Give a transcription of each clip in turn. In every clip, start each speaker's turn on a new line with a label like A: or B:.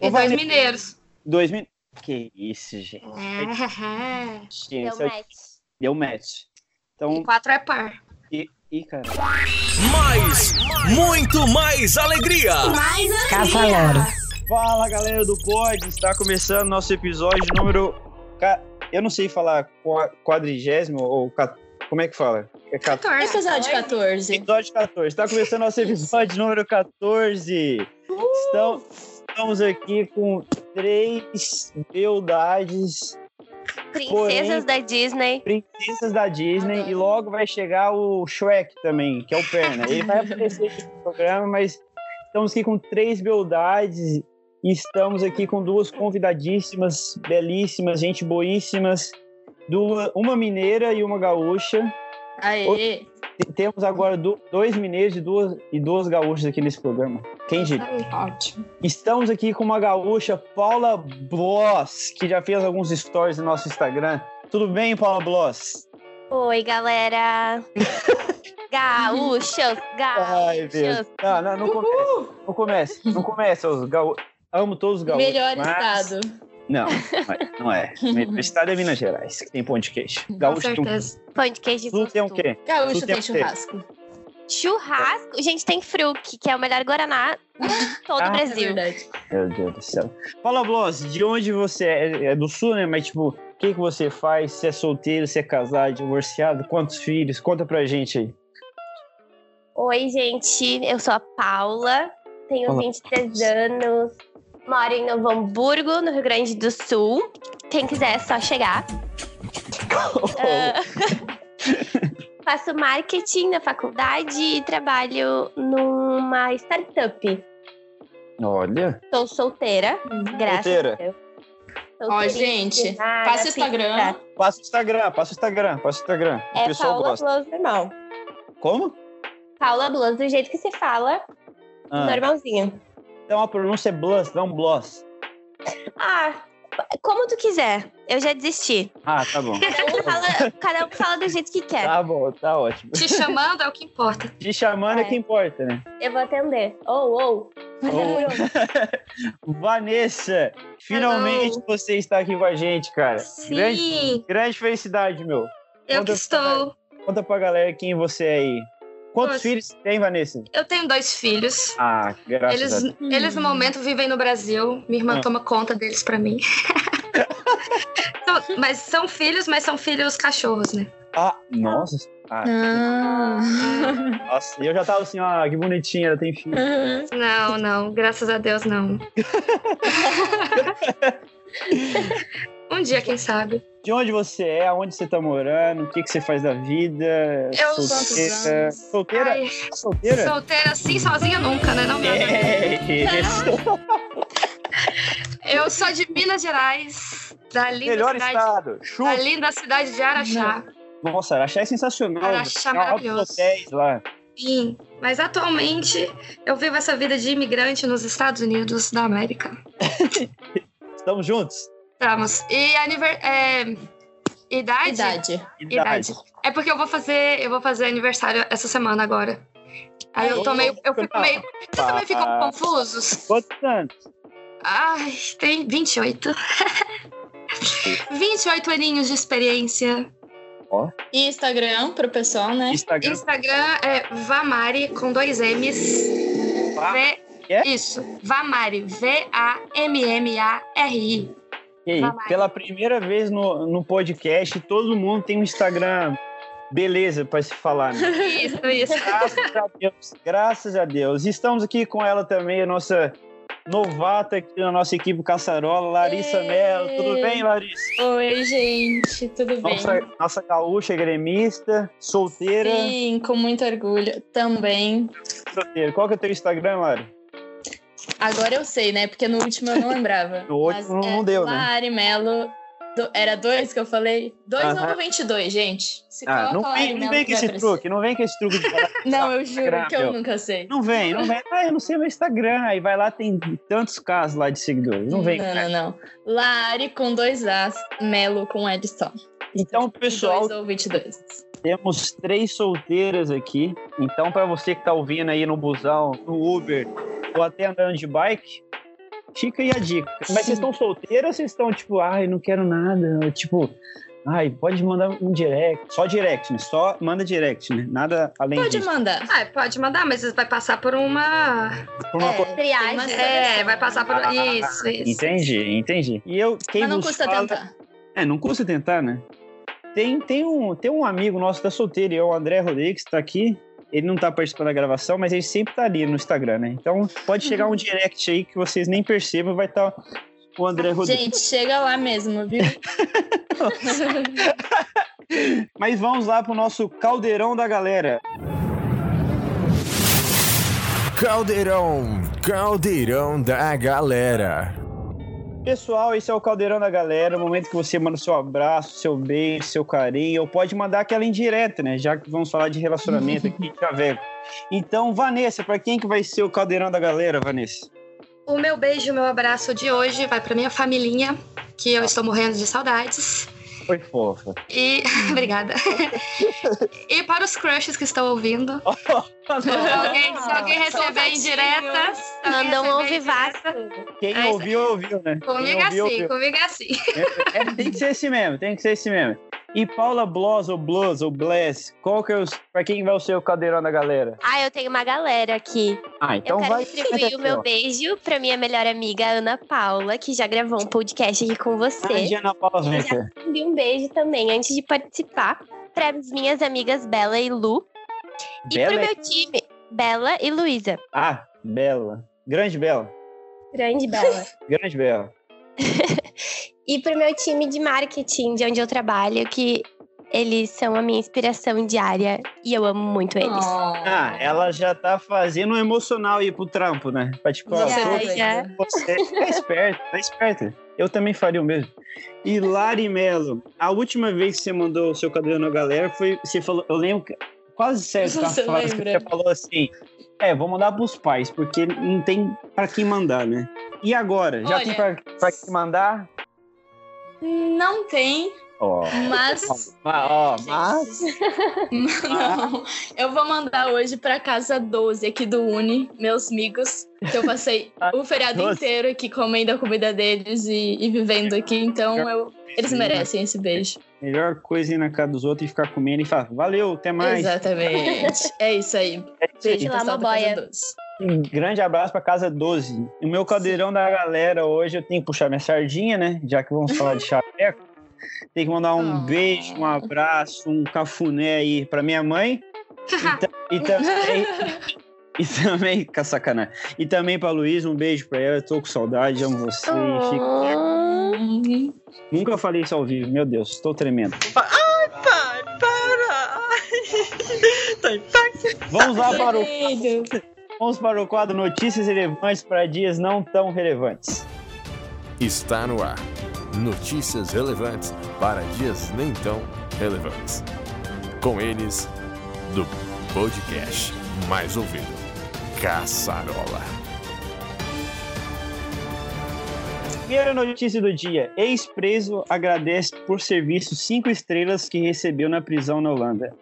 A: E dois mineiros.
B: Dois min... Que isso, gente.
A: É.
B: Gente,
C: Deu
B: isso é-
C: match.
B: Deu match. Então,
A: E quatro é par.
B: ih, cara.
D: Mais, muito mais alegria.
E: Casaloro.
B: Fala, galera do Pod. Está começando nosso episódio número... ca- Eu não sei falar qua- quadrigésimo ou... ca- Como é que fala? É ca-
A: 14.
F: Episódio 14.
B: Episódio 14. Está começando nosso episódio número 14.
C: Uh!
B: Estão- Estamos aqui com três beldades,
C: Princesas da Disney.
B: princesas da Disney, e logo vai chegar o Shrek também, que é o Perna. Ele vai aparecer aqui no programa, mas estamos aqui com três beldades e estamos aqui com duas convidadíssimas, belíssimas, gente boíssimas, duas, uma mineira e uma gaúcha.
F: Aê!
B: T- Temos agora du- dois mineiros e duas, e duas gaúchas aqui nesse programa. Quem diria?
F: Ótimo.
B: Estamos aqui com uma gaúcha, Paula Bloss, que já fez alguns stories no nosso Instagram. Tudo bem, Paula Bloss?
C: Oi, galera. Gaúchas,
B: Ai,
C: gaúchas.
B: Deus. Não, não, não comece. Não comece. Não comece, os gaú... Amo todos os gaúchos.
F: Melhor
B: mas-
F: estado.
B: Não, não é. Não é. Melhor estado é Minas Gerais, que tem pão de queijo.
A: Com
B: Gaúcho tem um...
A: certeza.
C: Pão de queijo de
B: Sul tem o
C: gostoso.
B: quê?
F: Gaúcho
B: Tudo tem
F: tem
B: a ter.
F: churrasco.
C: Churrasco. Gente, tem fruk, que é o melhor Guaraná de todo
B: Ah,
C: o
F: É
C: Brasil.
F: verdade.
B: Meu Deus do céu. Paula Bloss, de onde você é? É do Sul, né? Mas, tipo, o que, que você faz? Se é solteiro, se é casado, divorciado? Quantos filhos? Conta pra gente aí.
C: Oi, gente. Eu sou a Paula, tenho
B: Olá.
C: 23 anos, moro em Novo Hamburgo, no Rio Grande do Sul. Quem quiser é só chegar. Ah, faço marketing na faculdade e trabalho numa startup.
B: Olha.
C: Sou solteira, graças
B: Solteira.
C: a Deus.
F: Hum. Ó,
C: Solteira,
F: gente,
C: nada,
F: passa o Instagram.
B: Passa o Instagram, passa o Instagram, passa o Instagram. o
C: É
B: pessoal
C: Paula
B: gosta.
C: Bloss normal.
B: Como?
C: Paula Bloss, do jeito que se fala,
B: Ah,
C: normalzinho.
B: então a pronúncia é Bloss, não Bloss.
C: Ah, como tu quiser. Eu já desisti.
B: Ah, tá bom.
C: Cada um fala, cada um fala do jeito que
A: É.
C: quer.
B: tá bom, tá ótimo.
A: Te chamando é o que importa.
B: Te chamando é,
C: É.
B: que importa, né?
C: Eu vou atender. Ou, ou.
B: Vanessa, finalmente você está aqui com a gente, cara. Grande,
A: Sim,
B: grande felicidade, meu.
A: eu
B: Conta-
A: que estou.
B: Conta pra galera quem você é aí. Quantos
A: Poxa.
B: filhos tem, Vanessa?
A: Eu tenho dois filhos.
B: Ah, graças a
A: Eles,
B: Deus.
A: eles
F: Hum.
A: no momento vivem no Brasil. Minha irmã
B: Ah.
A: toma conta deles pra mim. São- mas são filhos, mas são filhos cachorros, né?
B: Ah, nossa. Ah,
A: Ah.
B: nossa. E eu já tava assim, ó, que bonitinha, ela tem filho.
F: Uhum.
A: Não, não, graças a Deus não. um dia, quem sabe?
B: De onde você é, aonde você tá morando, o que, que você faz da vida?
A: Eu sou-
B: solteira. Solteira?
A: Ai,
B: Tá solteira?
A: solteira assim, sozinha nunca, né? Não, meu amor?
B: É isso.
A: Eu sou de Minas Gerais, da linda
B: É. Melhor
A: cidade.
B: estado.
A: Da
B: Chuva.
A: linda cidade de Araxá.
B: Nossa, Araxá é sensacional.
A: Araxá
B: Tem altos
A: maravilhoso.
B: hotéis lá.
A: Sim. Mas atualmente eu vivo essa vida de imigrante nos Estados Unidos da América.
B: Estamos juntos?
A: Estamos. E aniver... é, idade?
F: Idade.
A: Idade. É porque eu vou fazer, eu vou fazer aniversário essa semana agora. Aí eu tô meio. Eu fico
B: tá
A: meio. Vocês também ficam confusos?
B: Quantos anos?
A: Ai, tem 28. 28 aninhos de experiência.
F: E Instagram pro pessoal, né?
B: Instagram.
A: Instagram é Vamari com dois M's.
B: pá.
A: V...
B: É?
A: Isso, Vamari, V-A-M-M-A-R-I.
B: E aí,
A: Vai lá.
B: pela primeira vez no, no podcast, todo mundo tem um Instagram. Beleza, pra se falar, né?
A: Isso, isso.
B: Graças a Deus, graças a Deus. Estamos aqui com ela também, a nossa novata aqui na nossa equipe Caçarola, Larissa
F: Ei.
B: Mello. Tudo bem, Larissa?
F: Oi, gente, tudo bem?
B: Nossa, nossa gaúcha gremista, solteira.
F: Sim, com muito orgulho. Também.
B: solteira. Qual que é o teu Instagram, Lari?
F: Agora eu sei, né? Porque no último eu não lembrava.
B: No último não deu, né?
F: Lari Melo. do- Era dois que eu falei? Dois
B: Aham.
F: ou 22, gente? Se
B: Ah,
F: coloca
B: não
F: Lari
B: vem, não
F: Melo
B: vem
F: que
B: com
F: vai
B: esse
F: aparecer.
B: truque, não vem com esse truque de falar.
F: Não, eu juro que
B: meu.
F: eu nunca sei.
B: Não vem, não vem. Ah, eu não sei meu Instagram. Aí vai lá, tem tantos casos lá de seguidores. Não vem.
F: Não, não, não. Lari com dois As, Melo com L só.
B: Então, pessoal,
F: 22 ou 22.
B: temos três solteiras aqui. Então, para você que tá ouvindo aí no busão, no Uber ou até andando de bike, Fica aí a dica. Mas vocês estão solteiras ou vocês estão tipo, ai, não quero nada? Tipo, ai, pode mandar um direct. Só direct, né? Só manda direct, né? Nada além
F: Pode
B: disso.
F: mandar.
A: Ah, pode mandar, mas vai passar por uma.
B: Por uma
F: É.
B: coisa-
C: Triagem.
F: Mas-
A: É, vai passar por.
B: Ah,
A: Isso, isso.
B: Entendi, entendi. E eu, quem
F: Mas não
B: vos
F: custa
B: fala-
F: tentar.
B: É, não custa tentar, né? Tem, tem, um, tem um amigo nosso que tá solteiro, e é o André Rodrigues, que tá aqui. Ele não tá participando da gravação, mas ele sempre tá ali no Instagram, né? Então pode chegar
F: Uhum.
B: um direct aí que vocês nem percebam, vai estar o André
F: Ah,
B: Rodrigues.
F: Gente, chega lá mesmo, viu?
B: Mas vamos lá pro nosso caldeirão da galera.
E: Caldeirão, caldeirão da galera.
B: Pessoal, esse é o Caldeirão da Galera, o momento que você manda seu abraço, seu beijo, seu carinho, ou pode mandar aquela indireta, né? Já que vamos falar de relacionamento aqui, Chaveco. Então, Vanessa, pra quem que vai ser o Caldeirão da Galera, Vanessa?
A: O meu beijo, o meu abraço de hoje vai pra minha familhinha, que eu estou morrendo de saudades.
B: Foi fofa.
A: E. Obrigada. e para os crushes que estão ouvindo. Se alguém, se alguém receber indireta. se alguém
C: Mandam
F: é
C: um
A: receber
C: ouvivasco.
A: indireta,
B: Quem
A: É isso aí.
B: ouviu, ouviu, né?
A: Comigo
B: Quem
A: é
B: ouviu,
A: assim,
B: ouviu.
A: comigo é assim.
B: É, é, tem que ser esse mesmo, tem que ser esse mesmo. E Paula Bloss, ou Bloss, ou Bless, qual que é o... Pra quem vai ser o Caldeirão da Galera?
C: Ah, eu tenho uma galera aqui.
B: Ah, então
C: eu quero
B: vai... assim,
C: distribuir o meu beijo pra minha melhor amiga, Ana Paula, que já gravou um podcast aqui com
B: Ah,
C: você.
B: Diana Paula
C: Já-
B: Venter.
C: E um beijo também, antes de participar, para as minhas amigas Bela e Lu. E
B: Bela?
C: pro meu time, Bela e Luísa.
B: Ah, Bela. Grande Bela.
C: Grande Bela.
B: Grande Bela.
C: e pro meu time de marketing, de onde eu trabalho, que eles são a minha inspiração diária e eu amo muito eles.
B: Ah, ela já tá fazendo um emocional aí pro trampo, né? Pra tipo, ó,
F: Já,
B: tô-
C: Ai,
F: já.
B: você tá esperto, tá esperto. Eu também faria o mesmo. E Lari Melo, a última vez que você mandou o seu cabelo na galera foi. Você falou, eu lembro que- quase certo, tá?
F: Você
B: Falasse que
F: lembra?
B: você falou assim: é, vou mandar pros pais, porque não tem pra quem mandar, né? E agora? Já
F: Olha.
B: tem pra, pra quem mandar?
F: Não tem,
B: Ó.
F: mas.
B: Ó,
F: Gente,
B: mas.
F: Não, eu vou mandar hoje pra casa 12 aqui do Uni, meus amigos, que eu passei o feriado
B: 12.
F: inteiro aqui comendo a comida deles e, e vivendo aqui, então eu- eles
B: Sim,
F: merecem esse beijo.
B: Melhor coisa é ir na casa dos outros e ficar comendo e falar, valeu, até mais.
F: Exatamente. É isso aí. Beijo,
C: lá,
F: pessoal da
C: Maboia.
F: Casa 12.
B: Um grande abraço pra Casa 12. O meu caldeirão da galera hoje, eu tenho que puxar minha sardinha, né? Já que vamos falar de chaveco. Tenho que mandar um
F: Ah.
B: beijo, um abraço, um cafuné aí pra minha mãe. E, ta- e também. E também, com sacanagem. E também pra Luiz, um beijo pra ela. Tô com saudade, amo você. Fica-
C: Oh,
F: Uhum.
B: Nunca falei isso ao vivo, meu Deus, tô tremendo.
G: Pai, para!
B: Vamos lá para o,
F: Querido.
B: vamos para o quadro Notícias Relevantes para Dias Não Tão Relevantes.
E: Está no ar. Notícias relevantes para dias nem tão relevantes. Com eles, do podcast mais ouvido, Caçarola.
B: Primeira notícia do dia. Ex-preso agradece por serviço cinco estrelas que recebeu na prisão na Holanda.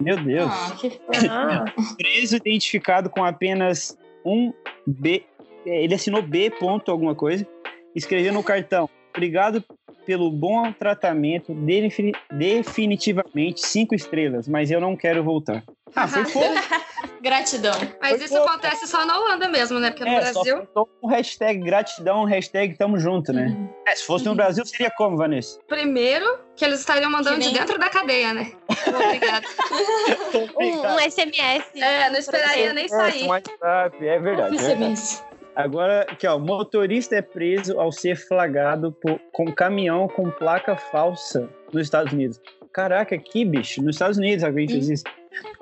B: Meu Deus.
F: Ah, que
C: ah,
B: Preso identificado com apenas um B. é, Ele assinou B ponto alguma coisa. Escreveu no cartão. Obrigado pelo bom tratamento. defini- Definitivamente cinco estrelas, mas eu não quero voltar. Ah, foi fofo.
F: Gratidão.
A: Mas
B: Foi
A: isso
B: pouco.
A: acontece só na Holanda mesmo, né? Porque no
B: É, só
A: Brasil,
B: faltou um hashtag gratidão, um hashtag tamo junto, né? É, se fosse no Brasil, seria como, Vanessa?
A: primeiro que eles estariam mandando
F: Que nem-
A: de dentro da cadeia, né? Obrigada.
C: um, um SMS.
A: é, não esperaria nem sair.
B: WhatsApp, é verdade. é verdade.
F: SMS.
B: Agora, aqui, ó. Motorista é preso ao ser flagrado por- com caminhão com placa falsa nos Estados Unidos. Caraca, aqui, bicho. Nos Estados Unidos alguém fez isso.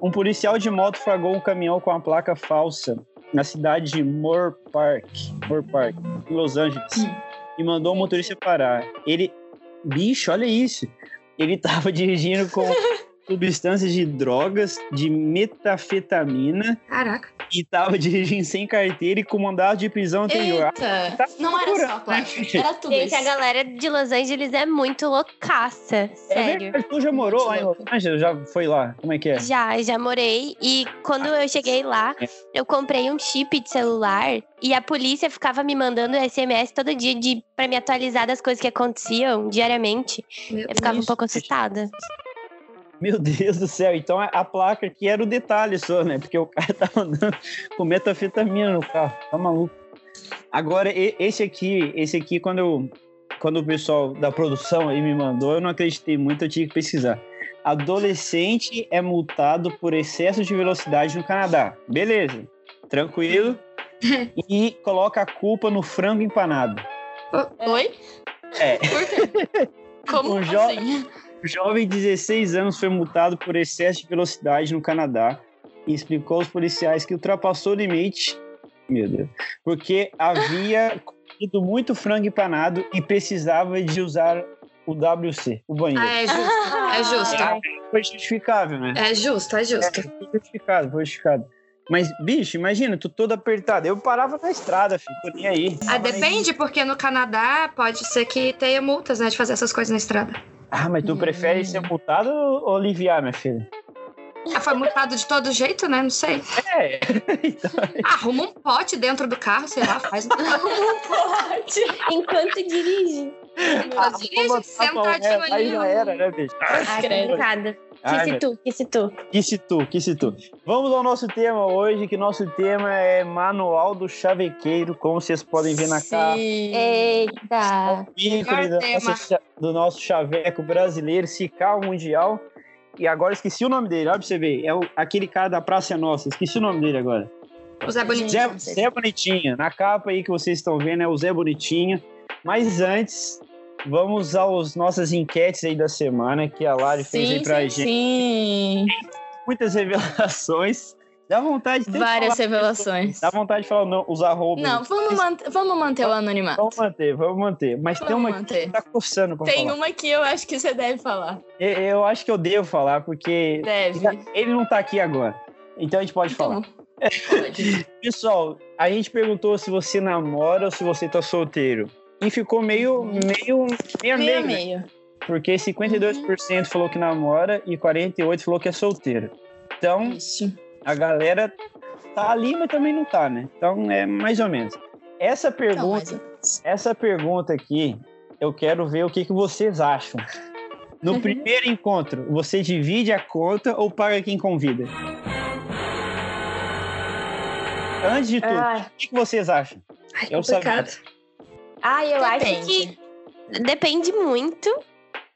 B: Um policial de moto flagrou um caminhão com a placa falsa na cidade de Moore Park, Moore Park em Los Angeles,
F: Hum.
B: e mandou o motorista parar. Ele... Bicho, olha isso. Ele tava dirigindo com substâncias de drogas, de metafetamina
A: Caraca.
B: e tava dirigindo sem carteira e com mandado de prisão
F: É,
B: anterior. Ah,
F: Eita!
B: Tá
F: Não era só plástico, era tudo
C: Gente,
F: isso.
C: a galera de Los Angeles é muito loucaça.
B: É
C: Sério.
B: verdade, tu já morou lá em Los Angeles? Já foi lá? Como é que é?
C: Já, já morei. E quando eu cheguei lá, eu comprei um chip de celular e a polícia ficava me mandando SMS todo dia de, pra me atualizar das coisas que aconteciam diariamente.
A: Meu
C: Eu ficava um
A: Deus.
C: pouco assustada.
B: Meu Deus do céu, então a- a placa aqui era o detalhe só, né? Porque o cara tava andando com metafetamina no carro, tá maluco. Agora, e- esse aqui, esse aqui, quando, eu, quando o pessoal da produção aí me mandou, eu não acreditei muito, eu tive que pesquisar. Adolescente é multado por excesso de velocidade no Canadá. Beleza, tranquilo. e coloca a culpa no frango empanado.
F: Oi?
B: É.
F: Por quê? Como
B: Um
F: assim?
B: jo- O jovem de 16 anos foi multado por excesso de velocidade no Canadá e explicou aos policiais que ultrapassou o limite, meu Deus, porque havia comido muito frango empanado e precisava de usar o WC, o banheiro.
A: Ah, é justo, é justo.
C: Ah,
B: Foi justificável, né?
A: É justo, é justo.
B: Foi justificado, foi justificado. Mas, bicho, imagina, tu todo apertado. Eu parava na estrada, filho, tô nem aí.
A: Ah, depende, porque no Canadá pode ser que tenha multas, né, de fazer essas coisas na estrada.
B: Ah, mas tu
A: Hum.
B: prefere ser multado ou aliviar, minha filha?
A: Ah, Foi multado de todo jeito, né? Não sei.
B: É,
A: Arruma um pote dentro do carro, sei lá, faz um
C: Enquanto dirige.
B: Ah,
A: Ela dirige sentadinho
B: né, é, Aí
A: ali.
B: já era, né, bicho?
C: Ai, Ah,
F: Credo.
C: complicada.
B: Ai,
C: tá. Que se
B: meu-
C: tu, que se tu.
B: Que se tu, que se tu. Vamos ao nosso tema hoje, que nosso tema é Manual do Chavequeiro, como vocês podem ver na capa.
C: Eita.
B: Ícone da
A: tema.
B: nossa cha- do nosso chaveco brasileiro, Cical Mundial. E agora esqueci o nome dele, olha pra você ver. É o- aquele cara da Praça é Nossa, esqueci o nome dele agora.
A: O Zé é Bonitinho.
B: Zé,
F: não sei.
B: Zé Bonitinha. Na capa aí que vocês estão vendo é o Zé Bonitinha. Mas antes, vamos às nossas enquetes aí da semana que a Lari fez aí
F: Sim,
B: pra
F: sim,
B: gente.
F: sim.
B: Muitas revelações. Dá vontade de falar. né?
F: Várias revelações.
B: Dá vontade de falar não, os arrobas.
F: Não, vamos, mant- vamos manter o anonimato.
B: Vamos manter, vamos manter. Mas tem
F: Vamos
B: uma
F: manter.
B: que tá coçando pra
F: Tem um
B: falar.
F: uma que eu acho que você deve falar.
B: Eu, eu acho que eu devo falar, porque
F: Deve.
B: ele não tá aqui agora. Então a gente pode falar.
F: Pode.
B: Pessoal, a gente perguntou se você namora ou se você tá solteiro. E ficou meio, meio, meio,
F: Uhum. Meio Uhum. a
B: É meio, né? meio.
F: meio.
B: Porque 52% falou que namora e 48% falou que é solteiro. Então,
F: Isso.
B: a galera tá ali, mas também não tá, né? Então, é mais ou menos. Essa
F: Então,
B: pergunta
F: mas-
B: Essa pergunta aqui, eu quero ver o que, que vocês acham. No primeiro encontro, você divide a conta ou paga quem convida? Antes de tudo,
C: Ai.
B: o que, que vocês acham?
A: Ai,
B: Eu sabia.
A: complicado.
C: Ah, eu acho
F: Depende.
C: que depende muito.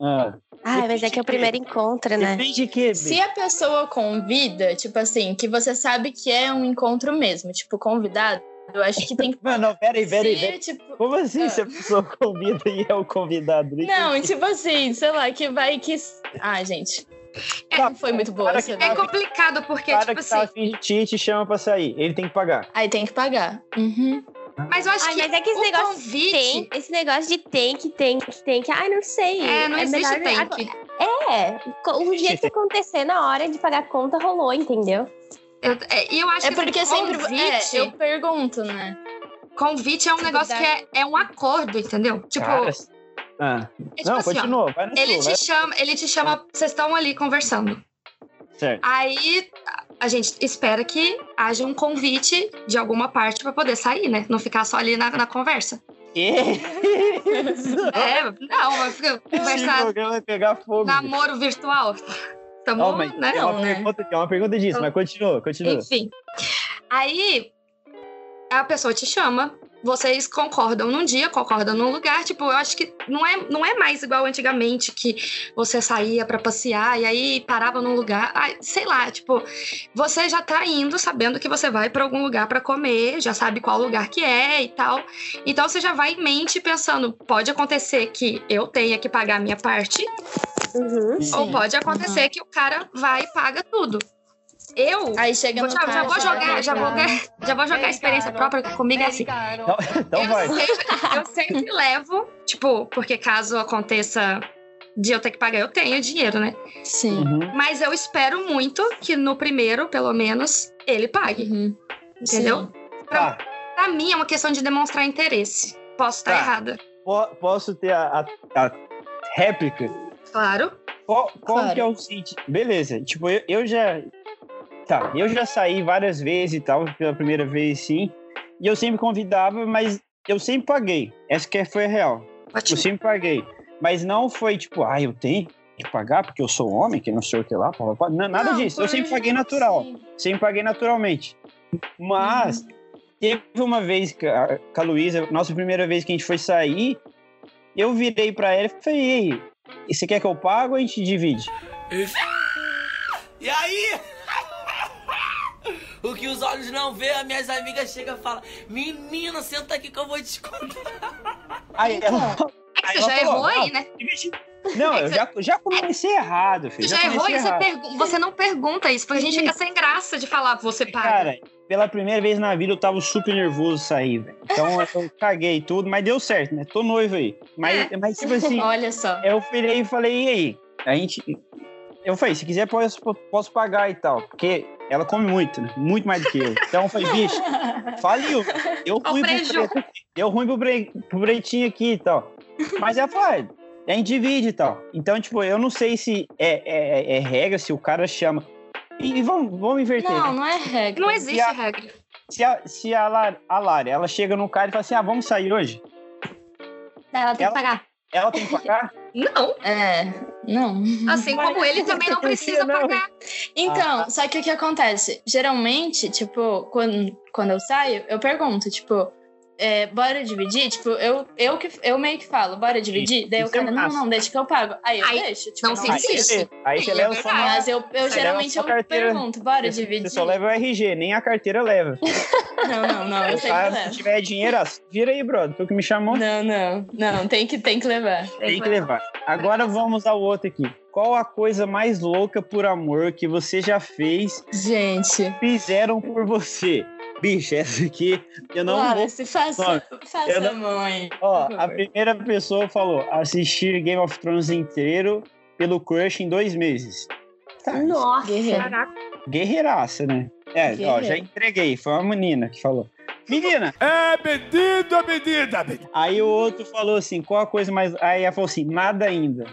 B: Ah,
C: Ah, mas é que é o primeiro encontro, né?
B: depende de quê?
F: Se a pessoa convida, tipo assim, que você sabe que é um encontro mesmo, tipo, convidado, eu acho que tem que
B: Mano, não, peraí, peraí,
F: ser,
B: peraí.
F: tipo.
B: Como assim
F: Ah.
B: se a pessoa convida e é o convidado?
F: Não, tipo assim, sei lá, que vai que. Ah, gente.
A: É,
F: Não foi muito boa
B: cara
F: essa.
B: Tá, que
A: É
F: né?
A: complicado, porque,
B: O cara
A: tipo
B: que
A: assim.
B: tá afim de ti te chama pra sair. Ele tem que pagar.
F: Aí tem que pagar. Uhum.
A: Mas eu acho
C: Ai,
A: que
C: mas é que esse
A: o
C: negócio
A: convite.
C: Tem, esse negócio de tem que, tem que, tem que. Ai, não sei.
A: É, não existe
C: melhor-
A: tem que.
C: É, co- o jeito que acontecer na hora de pagar a conta rolou, entendeu?
A: Eu- é, E eu acho
F: É
A: que
F: porque
A: assim,
F: sempre.
A: convite,
F: É, eu pergunto, né?
A: convite é um
F: Tipo,
A: negócio
F: dá-
A: que é, é um acordo, entendeu? Tipo,
B: Cara, ah.
A: é tipo
B: não,
A: assim, ó.
B: continua. Vai no
A: Ele
B: sul,
A: te
B: vai.
A: chama, ele te chama, vocês estão ali conversando.
B: Certo.
A: Aí a- a gente espera que haja um convite de alguma parte pra poder sair, né? Não ficar só ali na, na conversa. É, não, mas fica-
B: Esse
A: conversar
B: programa vai pegar fogo. gente.
A: namoro virtual. Tamo,
B: Ó, mas
A: né?
B: é, uma
F: Não, né?
B: pergunta, é uma pergunta disso, mas continua, continua.
A: Enfim. Aí a pessoa te chama, vocês concordam num dia, concordam num lugar. Tipo, eu acho que não é, não é mais igual antigamente que você saía pra passear e aí parava num lugar. Ai, sei lá, tipo, você já tá indo sabendo que você vai pra algum lugar pra comer, já sabe qual lugar que é e tal. Então você já vai em mente pensando, pode acontecer que eu tenha que pagar a minha parte
C: Uhum.
A: ou pode acontecer que o cara vai e paga tudo. Eu
F: Aí chega
A: Vou-
F: no né?
A: já, já
F: cara,
A: vou
F: fala,
A: jogar, já vou, ga- já vou jogar a experiência própria que comigo é assim.
B: Então, então
A: eu,
B: vai.
A: Sempre, eu sempre levo, tipo, porque caso aconteça de eu ter que pagar, eu tenho dinheiro, né?
F: Sim.
B: Uhum.
A: Mas eu espero muito que no primeiro, pelo menos, ele pague.
F: Uhum.
A: Entendeu?
B: Tá,
A: Pra mim é uma questão de demonstrar interesse. Posso estar
B: Tá.
A: errada.
B: po- posso ter a, a- a réplica?
A: Claro.
B: Qual, qual
H: Claro.
B: que é o sentido? Beleza, tipo, eu, eu já. Tá, eu já saí várias vezes e tal, pela primeira vez sim. E eu sempre convidava, mas eu sempre paguei. Essa que foi a real. Eu
A: Ótimo.
B: sempre paguei. Mas não foi tipo, ah, eu tenho que pagar porque eu sou homem, que não sei o que lá. pá, pá, pá. Não, Nada disso. Eu sempre paguei natural. Sempre paguei naturalmente. Mas
A: Uhum.
B: teve uma vez que a- com a Luísa, nossa primeira vez que a gente foi sair, eu virei pra ela e falei, ei, e você quer que eu pago ou a gente divide?
I: E aí? O que os olhos não vê, as minhas amigas chegam e falam: Menina, senta aqui que eu vou te contar.
B: Aí ela
A: É
B: Aí
A: que você
B: ela
A: já
B: falou,
A: errou aí,
B: tá "Não,
A: né?
B: divide. Não, eu já, já comecei errado, filho.
A: Você
B: Já,
A: já errou
B: comecei
A: e você,
B: errado.
A: pergu- você não pergunta isso, porque a gente fica sem graça de falar, você paga.
B: Cara, pela primeira vez na vida eu tava super nervoso sair, velho. Então eu caguei tudo, mas deu certo, né? Tô noivo aí. Mas,
A: É.
B: mas tipo assim,
F: Olha só.
B: eu virei e falei, e aí? A gente. Eu falei, se quiser, posso, posso pagar e tal. Porque ela come muito, né? Muito mais do que eu. Então eu falei, bicho, faliu. Eu
A: Ó,
B: ruim,
A: preju.
B: pro, pre- deu ruim pro, bre- pro pretinho aqui e tal. Mas ela falou, "Ah, a gente divide e tal. Então, tipo, eu não sei se é, é- é regra, se o cara chama. E, e vamos, vamos inverter.
F: Não, não é regra.
A: Não existe
B: E a-
A: regra.
B: Se, a, se a, Lara, a Lara, ela chega num cara e fala assim, ah, vamos sair hoje?
C: Daí ela tem
B: Ela-
C: que pagar.
B: Ela tem que pagar?
A: Não,
F: É, não.
A: assim como ele também não precisa
B: Não.
A: pagar.
F: Então,
B: Ah, tá.
F: só que o que acontece? Geralmente, tipo, quando, quando eu saio, eu pergunto, tipo, é, bora dividir? Tipo, eu, eu, que, eu meio que falo, bora dividir? Daí o
B: Isso é
F: cara, não,
B: massa.
F: não, deixa que eu pago. Aí eu
A: Aí,
F: deixo. Tipo,
A: não se
B: Aí,
A: insiste.
B: beleza. Aí você
A: Sim,
B: leva
A: é
B: só
A: verdade.
B: uma
F: Mas eu, eu
B: Você
F: geralmente
B: leva
F: eu
B: sua carteira-
F: pergunto, bora
B: Você
F: dividir?
B: só leva o RG, nem a carteira leva.
F: Não, não, não, eu sei que
B: Ah,
F: eu
B: se
F: levo.
B: tiver dinheiro, ah, vira aí, brother. Tu que me chamou,
F: Não, não, não, tem que, tem que levar.
A: É
B: tem que levar. Agora vamos ao outro aqui. Qual a coisa mais louca por amor que você já fez,
F: Gente,
B: fizeram por você? Bicho, essa aqui eu não
F: Lara,
B: vou.
F: se faça, faça
B: eu não-
F: mãe.
B: Ó,
F: por
B: a
F: favor.
B: primeira pessoa falou assistir Game of Thrones inteiro pelo crush em dois meses. Tá,
C: Nossa.
F: Guerreiro.
A: Caraca,
B: guerreiraça, né? É, ó,
F: Guerreira.
B: já entreguei. Foi uma menina que falou. Menina,
E: É pedido, medida, medida.
B: Aí o outro falou assim: qual a coisa mais. Aí ela falou assim: nada ainda.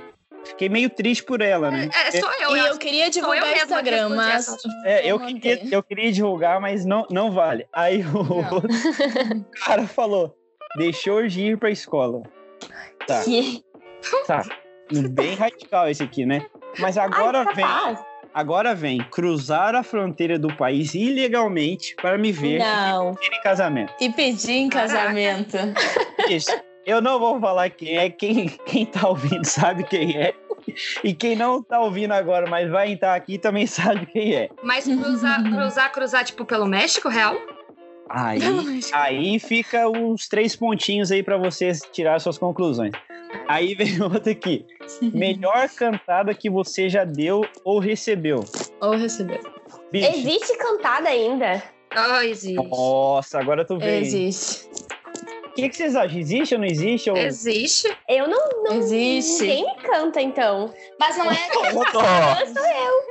B: Fiquei meio triste por ela, né?
A: é, sou eu.
F: E
A: eu
F: eu queria
A: sou eu
F: divulgar o
A: mesma que
F: Instagram,
A: respondi
F: mas
A: essa.
B: É, eu,
F: vou
B: queria,
F: manter.
B: eu queria divulgar, mas não, não vale. Aí o
F: Não.
B: outro cara falou: deixou de ir pra escola. Tá,
C: Que
B: tá. Bem radical esse aqui, né? Mas agora vem.
C: rapaz.
B: Agora vem cruzar a fronteira do país ilegalmente para me ver
C: Não.
B: em casamento.
F: E pedir em
A: Caraca.
F: casamento.
B: Isso. Eu não vou falar quem é, quem, quem tá ouvindo sabe quem é. E quem não tá ouvindo agora, mas vai entrar aqui também sabe quem é.
A: Mas cruzar, cruzar, cruzar, tipo, pelo México, real?
B: Aí, aí fica uns três pontinhos aí pra vocês tirar suas conclusões. Aí vem outra aqui. Melhor cantada que você já deu ou recebeu.
F: Ou receber.
B: Bicho,
C: Existe cantada ainda?
A: Ah, existe.
B: nossa, agora tu vê.
F: Existe.
B: O que, que vocês acham? Existe ou não existe? Ou...
A: Existe.
C: Eu não, não
F: Existe.
C: Ninguém me canta, então.
F: Mas não é.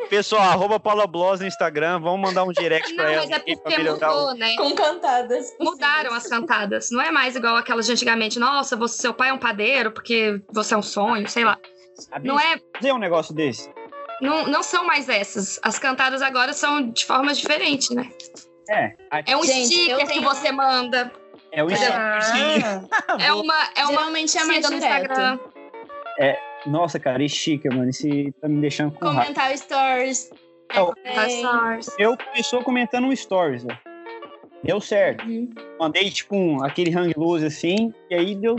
B: Pessoal, arroba Paula Bloss no Instagram. Vamos mandar um direct
A: Não,
B: pra ela.
A: mas é
B: aqui pra
A: porque
B: melhorar o-
A: mudou, né?
F: Com cantadas.
A: Mudaram as cantadas. Não é mais igual aquelas de antigamente. Nossa, você, seu pai é um padeiro porque você é um sonho, sei lá.
B: Ah, bicho,
A: Não é
B: fazer um negócio desse?
A: Não, não são mais essas. As cantadas agora são de formas diferentes, né?
B: É, aqui
A: É um
F: Gente, eu
A: sticker que
F: tenho-
A: você manda.
B: é o Tá sticker.
F: Ah,
A: É uma, é uma
F: geralmente é mais
A: siga no
F: direto.
A: Instagram.
B: Nossa, cara, esse sticker, mano. Esse tá me deixando com raiva.
F: Comentar stories. É,
B: Então,
A: Tá, stars.
B: Eu começou comentando um stories, né? Deu certo.
F: Uhum.
B: Mandei, tipo, um, aquele hang loose assim, e aí deu.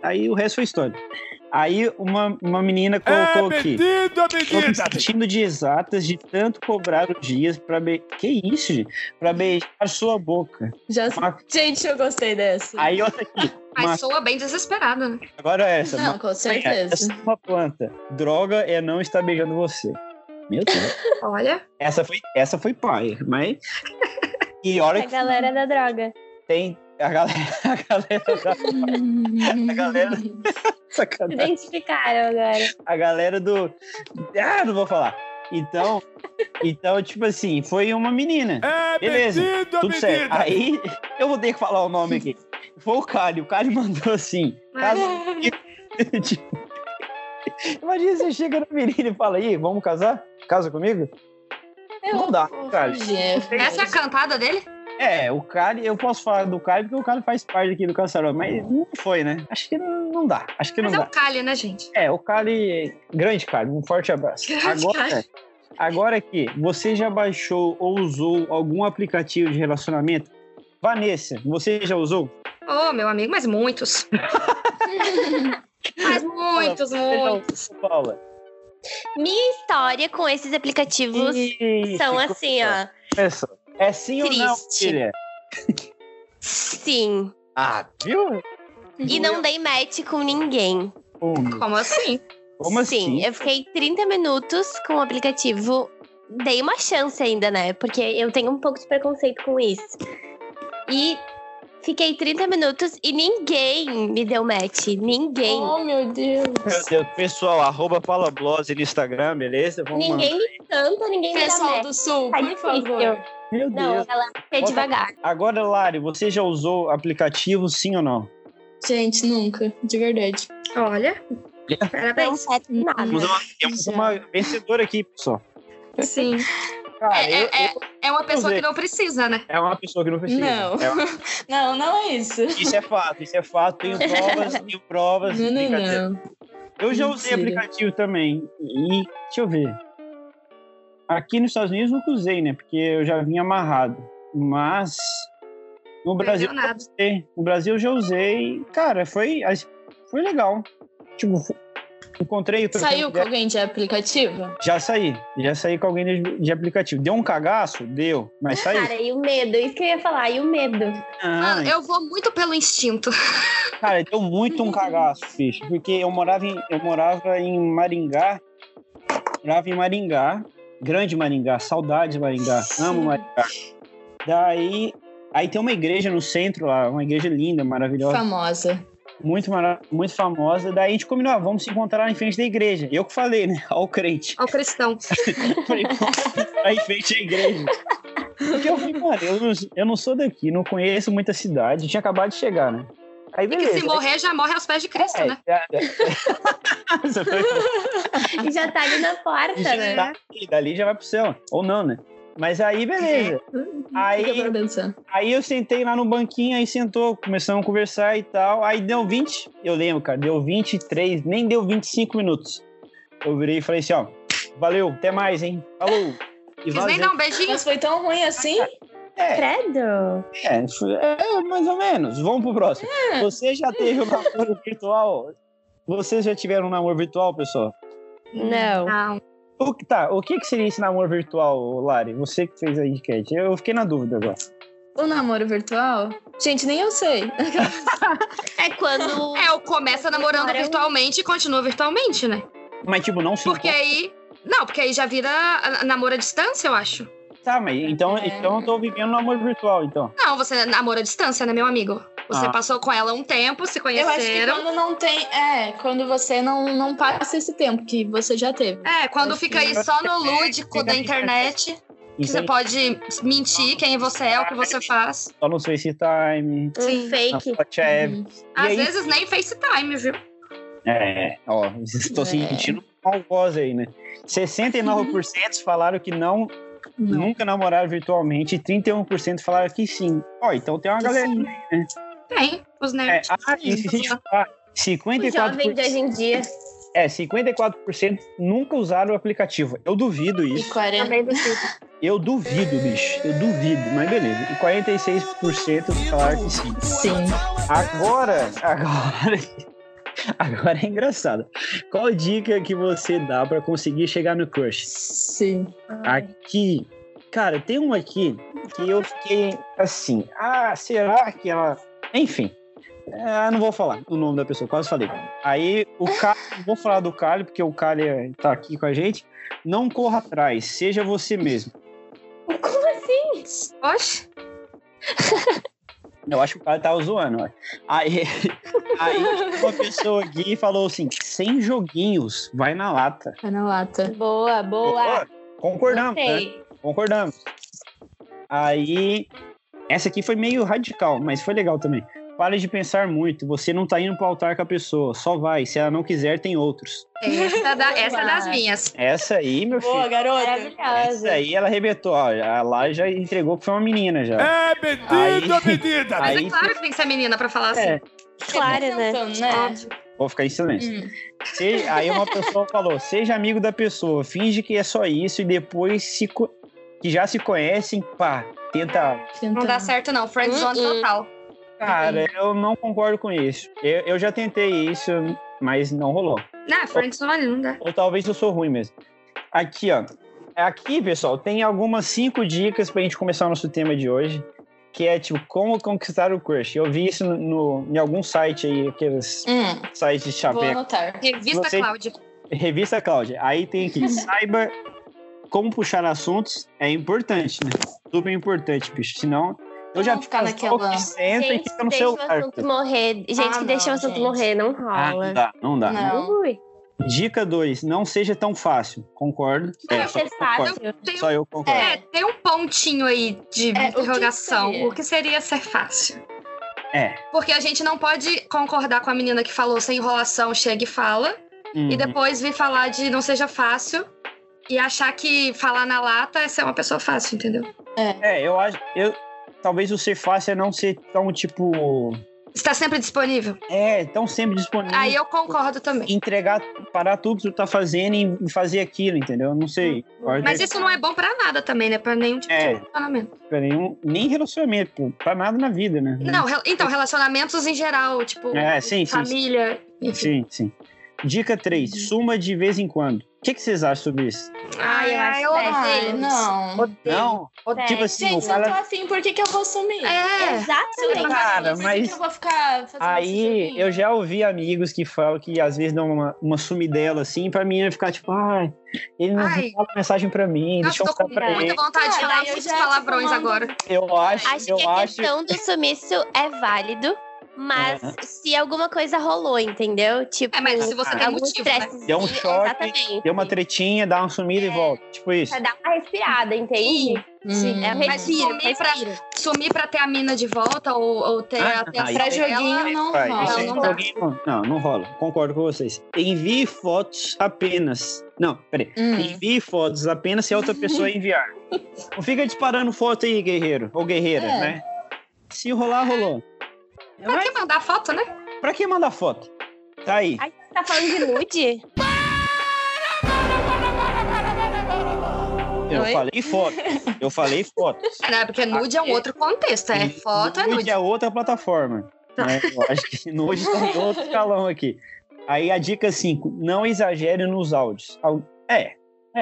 B: Aí o resto foi história. Aí uma, uma menina
E: É
B: colocou aqui.
E: pedido,
B: Tô me sentindo de exatas de tanto cobrar os dias pra be... Que isso, gente? Pra beijar sua boca.
F: Já...
B: Uma-
F: Gente, eu gostei dessa.
B: Aí outra aqui.
A: Mas
B: Mas-
A: soa bem desesperada, né?
B: Agora é essa.
F: não, com certeza.
B: Essa é uma planta. Droga é não estar beijando você. Meu Deus.
A: Olha.
B: essa foi, essa foi pai, mas. E olha
C: A
B: que
C: galera da droga.
B: tem. A galera. A galera, da- a galera- sacanagem.
C: Identificaram agora.
B: a galera do. Ah, não vou falar. Então, então, tipo assim, foi uma menina.
E: É
B: Beleza,
E: pedido a
B: Tudo certo.
E: medida.
B: Aí, eu vou ter que falar o nome aqui. Foi o Cali. O Cali mandou assim. Caso...
A: é.
B: tipo, imagina você chega na menina e fala, aí, vamos casar? Casa comigo? Não dá, cara.
A: Essa é a cantada dele?
B: É, o Cali, eu posso falar do Cali porque o Cali faz parte aqui do Caçarão, mas não foi, né? Acho que não não dá. Acho que não
A: Mas é
B: dá.
A: o Calha, né, gente?
B: É, o Cali. Grande Cali, um forte abraço.
A: Grande
B: Agora,
A: Cali.
B: agora que você já baixou ou usou algum aplicativo de relacionamento? Vanessa, você já usou?
A: Ô, meu amigo, mas muitos. mas muitos, muitos.
B: Paula.
C: Minha história com esses aplicativos
B: Ih,
C: são
B: ficou-
C: assim, ó.
B: Essa. É sim ou não,
C: Triste.
B: filha?
C: Sim.
B: Ah, viu?
C: E não dei match com ninguém.
B: Como,
A: Como assim?
B: como
C: Sim, é
B: assim?
C: eu fiquei 30 minutos com o aplicativo. Dei uma chance ainda, né? Porque eu tenho um pouco de preconceito com isso. E fiquei 30 minutos e ninguém me deu match. Ninguém.
F: Oh, meu Deus.
B: Meu Deus, pessoal, arroba Paula Blose no Instagram, beleza? Vamos
C: ninguém me canta, ninguém me dá
F: Pessoal
C: match.
F: do Sul,
C: Tá
F: por
C: difícil.
F: favor.
B: mandar. Meu
C: Não,
B: Deus.
C: ela é
B: Bota-
C: devagar.
B: Agora, Lari, você já usou aplicativo, sim ou não?
F: Gente, nunca, de verdade.
A: Olha.
B: É,
C: Não
A: Parabéns.
C: serve nada.
B: Temos uma, temos
F: Já.
B: uma vencedora aqui, pessoal.
A: Sim.
B: Cara,
A: É,
B: eu-
A: é,
B: eu-
A: É uma pessoa
B: Vamos
A: que
B: ver.
A: não precisa, né?
B: é uma pessoa que não precisa.
F: Não.
B: É uma-
F: Não, não é isso.
B: isso é fato, isso é fato. Tenho provas, tenho provas.
F: Não, não,
B: brincadeira.
F: não.
B: Eu já usei
F: Mentira.
B: aplicativo também. E deixa eu ver. Aqui nos Estados Unidos nunca usei, né? Porque eu já vim amarrado. Mas no Brasil
A: Perdeu nada.
B: usei. No Brasil eu já usei. Cara, foi, foi legal. Tipo, fo- encontrei o
F: Saiu com alguém de aplicativo?
B: Já saí. Já saí com alguém de, de aplicativo. Deu um cagaço? Deu. Mas saiu.
C: Cara, e o medo? Isso que eu ia falar, e o medo.
A: Mano,
B: Ah,
A: eu vou muito pelo instinto.
B: Cara, deu muito um cagaço, bicho. Porque eu morava em, eu morava em Maringá. Morava em Maringá. Grande Maringá. Saudades de Maringá. Amo Maringá. Daí. Aí tem uma igreja no centro lá, uma igreja linda, maravilhosa,
F: Famosa.
B: muito, mara muito famosa. Daí a gente combinou, ah, vamos se encontrar em frente da igreja. Eu que falei, né? Ó, o crente.
A: Ó, o cristão.
B: Falei, "Vamos lá em frente à igreja. Porque eu falei, mano, eu não, eu não sou daqui, não conheço muita cidade, tinha acabado de chegar, né? Aí
A: E que
B: beleza.
A: se morrer, já morre aos pés de Cristo,
B: É,
A: né?
B: já- já- Você foi-
C: E já tá ali na porta,
B: já
F: É.
C: né?
B: tá aqui, dali já vai pro céu. Ou não, né? Mas aí, beleza.
F: É. Fica pra
B: Aí,
F: pensar.
B: aí eu sentei lá no banquinho, aí sentou, começamos a conversar e tal. Aí deu 20, eu lembro, cara, deu 23, nem deu 25 minutos. Eu virei e falei assim, ó, valeu, até mais, hein? Falou. E
A: Quis nem
B: vazei.
A: dar um beijinho.
F: Mas foi tão ruim assim?
B: É,
C: Credo.
B: É, foi- é, mais ou menos. Vamos pro próximo.
A: É.
B: Você já teve um namoro virtual? Vocês já tiveram um namoro virtual, pessoal?
C: Não.
A: Não.
B: O que, tá, o que, que seria esse namoro virtual, Lari? Você que fez a enquete. Eu fiquei na dúvida agora.
F: O namoro virtual? Gente, nem eu sei.
C: É quando.
A: É, eu começa namorando
C: Agora eu-
A: virtualmente e continua virtualmente, né?
B: Mas, tipo, não se
A: Porque
B: encontra-
A: aí. Não, porque aí já vira a- namoro à distância, eu acho.
B: Tá, mas então,
F: É.
B: então eu tô vivendo um namoro virtual, então.
A: Não, você namora à distância, né, meu amigo? Você
B: Ah.
A: passou com ela um tempo, se
F: Eu acho que
A: conheceram.
F: quando não tem. É, quando você não, não passa esse tempo que você já teve.
A: É, quando
F: Acho
A: fica
F: que-
A: aí só no lúdico da internet, que você
B: Então,
A: pode mentir quem você é, o que você faz.
B: só no FaceTime,
C: Um
A: Sim.
B: na
C: fake.
B: WhatsApp.
A: Uhum. Às
B: é aí?
A: vezes nem FaceTime, viu?
B: É, ó, estou
F: É.
B: sentindo mal voz aí, né? 69% falaram que não
F: Não.
B: Nunca namoraram virtualmente e 31% falaram que sim. Ó, então tem uma
F: Que
B: galera.
F: sim.
A: Tem, os
B: É,
A: nerds.
B: ah, e se a gente falar,
C: O jovem de hoje
B: 54%,
C: em dia.
B: é, 54% nunca usaram o aplicativo. Eu duvido
F: E
B: isso.
F: 40.
A: Também do tipo.
B: Eu duvido, bicho. Eu duvido, mas beleza. E 46% falaram que sim.
F: Sim.
B: Agora, agora. Agora é engraçado. Qual dica que você dá pra conseguir chegar no crush?
F: Sim.
B: Aqui, cara, tem uma aqui que eu fiquei assim, ah, será que ela. Enfim. Ah, não vou falar o nome da pessoa, quase falei. Aí o Cali, não vou falar do Cali, porque o Cali tá aqui com a gente. Não corra atrás, seja você mesmo.
C: Como assim?
A: Oxe,
B: Eu acho que o Cali tava zoando. ué. Aí, aí uma pessoa aqui falou assim: sem joguinhos, vai na lata.
F: Tá na lata.
C: Boa, boa.
B: Concordamos, né?
F: Gostei.
B: Concordamos. Aí, essa aqui foi meio radical, mas foi legal também. Pare de pensar muito, você não tá indo pro altar com a pessoa, só vai. Se ela não quiser, tem outros.
A: Essa, da- essa é das minhas.
B: Essa aí, meu
F: Boa,
B: filho.
C: é
F: garota.
B: Essa
C: Maravilhosa.
B: É aí ela arrebentou. ó, A lá já entregou que foi uma menina já.
E: É medida,
B: Aí-
E: medida.
A: Mas
B: Aí-
A: é claro que tem que ser menina pra falar assim.
B: É.
C: Claro, né?
F: Pensando, né?
B: Vou ficar em silêncio.
F: Hum.
B: Se- aí uma pessoa falou: seja amigo da pessoa, finge que é só isso e depois se co- que já se conhecem, pá, tenta
A: Não dá certo, não. Friendzone
C: Hum, hum.
A: total.
B: Cara, eu não concordo com isso. Eu, eu já tentei isso, mas não rolou.
A: Não, Né, friendzone não dá.
B: Ou talvez eu sou ruim mesmo. Aqui, ó. Aqui, pessoal, tem algumas cinco dicas pra gente começar o nosso tema de hoje, que é tipo, como conquistar o crush. Eu vi isso no, no- em algum site aí, aqueles
F: Hum,
B: sites de
F: vou
B: chaveco.
F: anotar.
A: Revista
B: Você-
A: Cláudia.
B: Revista Cláudia. Aí tem aqui, saiba como puxar assuntos. É importante, né? Super importante, bicho. Senão, eu já
F: Não ficar
B: vi pessoal
F: naquela-
B: que senta e
C: Gente
B: fica
C: que
B: no
C: deixa o
B: celular.
C: assunto morrer. Gente
F: Ah,
C: que deixa o
F: não,
C: assunto
F: gente.
C: morrer, não
B: Ah, não
C: rola.
B: dá, não dá.
F: Não.
C: Ui,
B: Dica 2, não seja tão fácil. Concordo.
C: não
B: É,
C: é,
B: só,
C: ser
B: eu concordo.
C: fácil.
A: Tem um,
B: Só eu concordo.
A: é, tem um pontinho aí de
F: É, o que
A: interrogação.
F: seria?
A: O que seria ser fácil?
B: É.
A: Porque a gente não pode concordar com a menina que falou sem enrolação, chega e fala.
B: Uhum.
A: E depois vir falar de não seja fácil e achar que falar na lata é ser uma pessoa fácil, entendeu?
B: É, eu acho. Eu, talvez o ser fácil é não ser tão, tipo.
A: Está sempre disponível.
B: É, tão sempre disponível.
A: Aí eu concordo também.
B: Entregar, parar tudo que tu tá fazendo e e fazer aquilo, entendeu? Não sei. Concordo.
A: Mas isso não é bom pra nada também, né? Pra nenhum tipo
B: É.
A: de relacionamento.
B: Pra nenhum, nem relacionamento, pô, pra nada na vida, né?
A: Não, re- então, relacionamentos em geral, tipo,
B: É, sim, sim, sim.
A: família, enfim.
B: Sim, sim. Dica
A: Uhum.
B: 3, suma de vez em quando. O que, que vocês acham sobre isso?
A: Ai, ai, eu
F: Ai,
A: odeio. isso.
F: não.
A: Odeio.
B: Não, tipo assim,
F: Gente,
B: o
F: se eu tô
B: cara.
F: afim, por que, que eu vou sumir?
A: É.
F: Se eu tô
C: Exatamente.
B: Cara,
F: afim, por
B: mas-
F: que que eu vou ficar fazendo
B: Aí
F: esse
A: né?
F: joguinho?
B: eu já ouvi amigos que falam que às vezes dão uma, uma sumidela assim pra menina ficar tipo, ai, ele não
A: Ai.
B: fala mensagem pra mim,
A: Nossa,
B: deixa eu
A: tô
B: falar
A: com
B: pra
A: muita
B: ele.
A: vontade de
F: Ah,
A: falar
F: daí eu
A: muitos
F: já tô
A: palavrões
F: tomando-
A: agora.
B: Eu acho,
C: Acho que
B: eu
A: é
C: a
B: acho.
C: questão do sumiço é válido, mas se alguma coisa rolou, entendeu? Tipo,
A: É, mas se você tem
C: algum
A: motivo, né?
C: estressezinho,
B: Deu um choque,
C: exatamente.
B: Deu uma tretinha, dá uma sumida e
A: É.
B: volta. Tipo isso.
C: Pra dar uma respirada, entende?
F: Hum,
A: Sim. Hum.
C: É um
A: Mas
C: respiro,
A: sumir pra,
C: respira.
A: sumir pra ter a mina de volta ou, ou ter
B: Ah,
A: até a
B: aí-
A: pra
F: Pra joguinho
A: joguinho.
F: não
B: Vai,
A: rola,
B: isso aí
A: não
B: pra
A: dá.
B: alguém não, não, não rola. Concordo com vocês. Envie fotos apenas. Não, peraí.
A: Hum.
F: Hum.
B: Envie fotos apenas se a outra pessoa enviar. Não fica disparando foto aí, guerreiro. Ou guerreira,
F: É.
B: né? Se rolar, rolou.
A: Pra que mandar foto, né?
B: Pra que mandar foto? Tá aí.
C: Ai, você tá falando de nude?
B: Eu
F: Oi?
B: falei foto. Eu falei foto.
A: Não, porque nude é um outro contexto. É foto, é
B: Nude
A: nude. Tá.
B: é outra plataforma. né? Eu acho que nude tá em outro escalão aqui. Aí a dica 5, não exagere nos áudios. Al- É,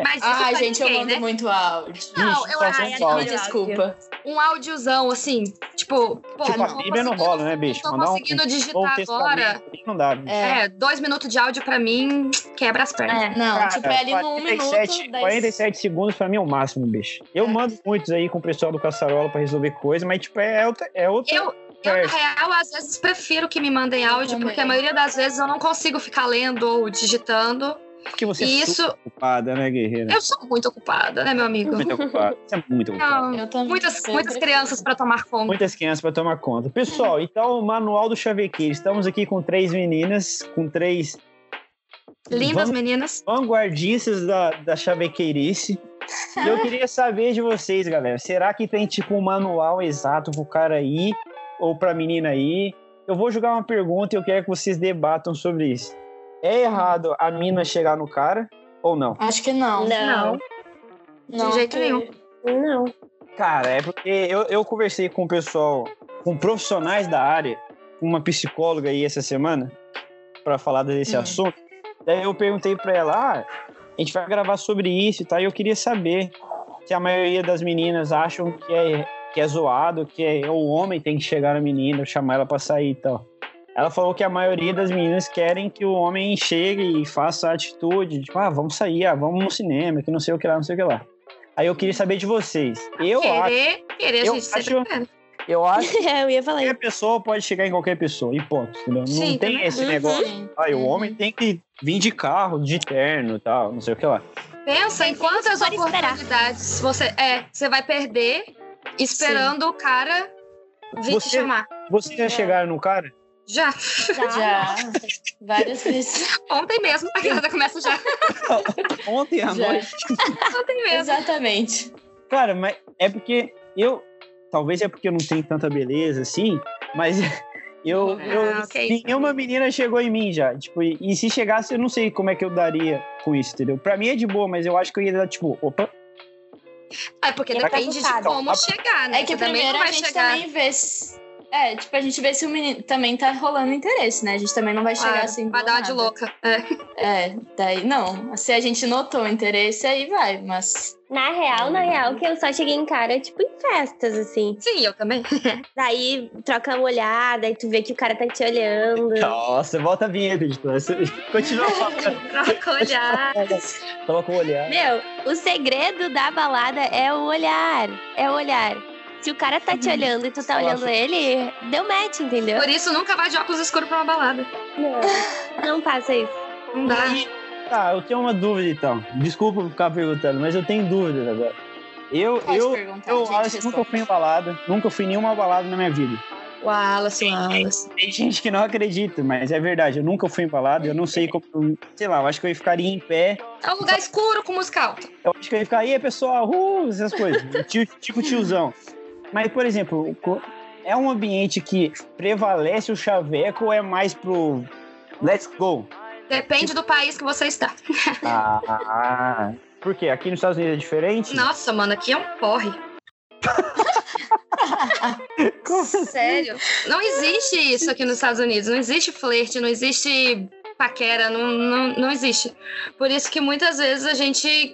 A: Mas isso
F: Ai,
A: pra
F: gente, eu
A: ninguém,
F: mando
A: né?
F: muito áudio.
A: Não,
B: Isso,
A: eu
B: tá
A: acho
B: sem
A: que
B: falta.
F: Me desculpa.
A: Um áudiozão, assim, tipo... Pô,
B: tipo,
A: não
B: a
A: tô
B: Bíblia não
A: conseguindo-
B: rola, né, bicho?
A: Não tô
B: Mandar um-
A: conseguindo
B: ou um
A: digitar
B: texto
A: agora.
B: não dá, bicho.
F: É.
A: É, dois minutos de áudio pra mim quebra as pernas.
F: Não,
B: Cara,
F: tipo, é ali
A: um
F: no 1 minuto.
B: 47
F: daí-
B: 47 segundos pra mim é o máximo, bicho. Eu mando muitos aí com o pessoal do Caçarola pra resolver coisa, mas, tipo, é outra. É outra
A: Eu, eu, na
B: conversa.
A: real, às vezes prefiro que me mandem
F: Eu
A: áudio,
F: também.
A: porque a maioria das vezes eu não consigo ficar lendo ou digitando.
B: Porque você
A: e
B: é
A: isso,
B: super ocupada, né, guerreira?
A: eu sou muito ocupada, né, meu amigo?
B: Muito ocupada. Você é muito ocupada.
A: Não,
F: Eu também.
A: muitas,
F: eu
A: muitas
F: prefiro.
A: crianças pra tomar conta.
B: Muitas crianças para tomar conta. Pessoal, então o manual do chavequeiro. Estamos aqui com três meninas, com três
A: Lindas
B: é. Vamos-
A: meninas.
B: vanguardistas da, da chavequeirice. E eu queria saber de vocês, galera. Será que tem tipo um manual exato pro cara aí ou pra menina aí? Eu vou jogar uma pergunta e eu quero que vocês debatam sobre isso. É errado a mina chegar no cara ou não?
F: Acho que não.
A: Não.
F: Não,
A: de jeito
F: porque-
A: nenhum.
C: Não.
B: Cara, é porque eu, eu conversei com o pessoal, com profissionais da área, com uma psicóloga aí essa semana, pra falar desse
F: Hum.
B: assunto. Daí eu perguntei pra ela, ah, a gente vai gravar sobre isso e tal, e eu queria saber se a maioria das meninas acham que é, que é zoado, que é o homem tem que chegar na menina, chamar ela pra sair e tal. Ela falou que a maioria das meninas querem que o homem chegue e faça a atitude, tipo, ah, vamos sair, ah, vamos no cinema, que não sei o que lá, não sei o que lá. Aí eu queria saber de vocês. Eu acho
A: Querer, querer,
B: eu
A: gente, sempre
B: acho-
A: quer.
B: eu acho que
C: É, Eu ia
A: É,
C: falar isso.
B: qualquer pessoa pode chegar em qualquer pessoa, e ponto. entendeu? Não tem
A: Sim, também
B: esse
C: acho.
B: negócio.
F: Sim.
B: Ah, o
F: Uhum.
B: homem tem que vir de carro, de terno e tal, não sei o que lá.
A: Pensa em quantas
C: pode esperar.
A: oportunidades você, é, você vai perder esperando o cara vir te
B: Você-
A: chamar.
B: Vocês já chegaram no cara?
A: Já.
F: Já. Várias vezes.
A: Ontem mesmo. A galera começa já.
B: Ontem à
F: Já.
B: noite.
A: Ontem mesmo.
F: Exatamente.
B: Cara, mas é porque eu. Talvez é porque eu não tenho tanta beleza assim, mas eu. eu
A: Ah, ok.
B: Nenhuma menina chegou em mim já. Tipo, e, e se chegasse, eu não sei como é que eu daria com isso, entendeu? Pra mim é de boa, mas eu acho que eu ia dar, tipo, opa,
A: É porque
C: Ele tá
A: depende de
C: cansado.
A: como
B: A-
A: chegar, né?
F: É que
A: Você também
F: primeiro
A: não
F: a
A: vai
F: gente
A: chegar.
F: também vê. se- É, tipo, a gente vê se o menino também tá rolando interesse, né? A gente também não vai chegar
A: Claro,
F: assim.
A: Ah, vai
F: do
A: dar uma de
F: nada.
A: louca. É.
F: É, daí não. Se a gente notou o interesse, aí vai, mas.
C: Na real, na real, que eu só cheguei em cara, tipo, em festas, assim.
A: Sim, eu também.
C: Daí troca uma olhada e tu vê que o cara tá te olhando.
B: nossa, volta a vinheta, editor. Você- Continua falando.
A: Troca olhar.
B: Coloca o olhar.
C: Meu, o segredo da balada é o olhar. É o olhar. Se o cara tá
A: Uhum.
C: te olhando e tu tá olhando ele, deu match, entendeu?
A: Por isso, nunca vai de óculos escuros pra uma balada.
C: Não, não faça isso.
A: Não dá.
B: Tá, eu tenho uma dúvida então. Desculpa por ficar perguntando, mas eu tenho dúvidas agora. Eu,
F: Pode
B: eu,
F: perguntar,
B: eu
F: gente,
B: acho que nunca
F: responde.
B: fui em balada, nunca fui em nenhuma balada na minha vida.
A: Wallace, Wallace.
B: Tem gente que não acredita, mas é verdade. Eu nunca fui embalado, eu não sei como. Sei lá, eu acho que eu ficaria em pé.
A: É um lugar escuro com música alta.
B: Eu acho que eu ia ficar, e aí, pessoal, uh", essas coisas. Tio- tipo tiozão. Mas, por exemplo, co- é um ambiente que prevalece o chaveco ou é mais pro. Let's go?
A: Depende do país que você está.
B: Ah, por quê? Aqui nos Estados Unidos é diferente?
A: Nossa, mano, aqui é um porre. Sério? Não existe isso aqui nos Estados Unidos. Não existe flerte, não existe paquera, não, não, não existe. Por isso que muitas vezes a gente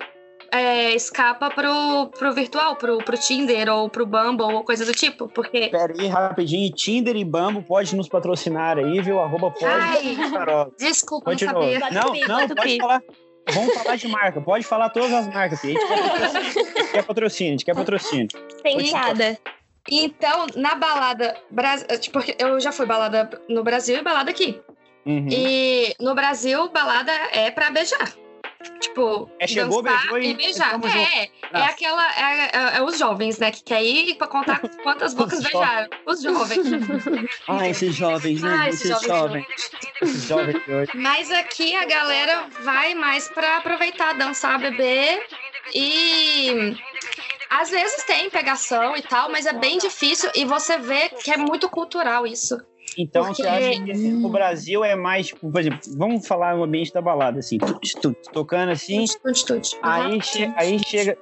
A: é, escapa pro, pro virtual, pro, pro Tinder ou pro Bumble ou coisa do tipo. Porque.
B: Pera aí, rapidinho. Tinder e Bambo pode nos patrocinar aí, viu? Arroba pode.
A: Ai.
B: Carol.
A: Desculpa, não
B: Continua.
A: sabia.
C: Bota o
B: Não,
C: pi,
B: não,
C: bota o
B: pode
C: pi.
B: falar. Vamos falar de marca. Pode falar todas as marcas. aqui. A gente quer- a gente quer patrocínio, a gente quer patrocínio.
C: Sem
B: Continua.
C: piada.
A: Então, na balada. bras- Tipo, porque eu já fui balada no Brasil e balada aqui.
B: Uhum.
A: E no Brasil, balada é pra beijar. Tipo,
B: É, chegou,
A: dançar
B: beijou e-
A: e beijar.
B: tamo
A: É, é
B: Ah.
A: aquela. É, é- é os jovens, né? Que quer ir pra contar quantas bocas
B: Os
A: beijaram. Os jovens.
B: Ah, esses jovens, né?
A: Ah, esses
B: esses
A: jovens.
B: jovens. Esses jovens de hoje.
A: Mas aqui a galera vai mais pra aproveitar, dançar, beber. E às vezes tem pegação e tal, mas é bem difícil. E você vê que é muito cultural isso.
B: Então,
A: Porque-
B: você acha que assim, no Brasil é mais, tipo, por exemplo, vamos falar o ambiente da balada, assim, tu- tu- tu- tocando assim,
A: Tudo, tudo, tudo.
B: aí, che- aí chega.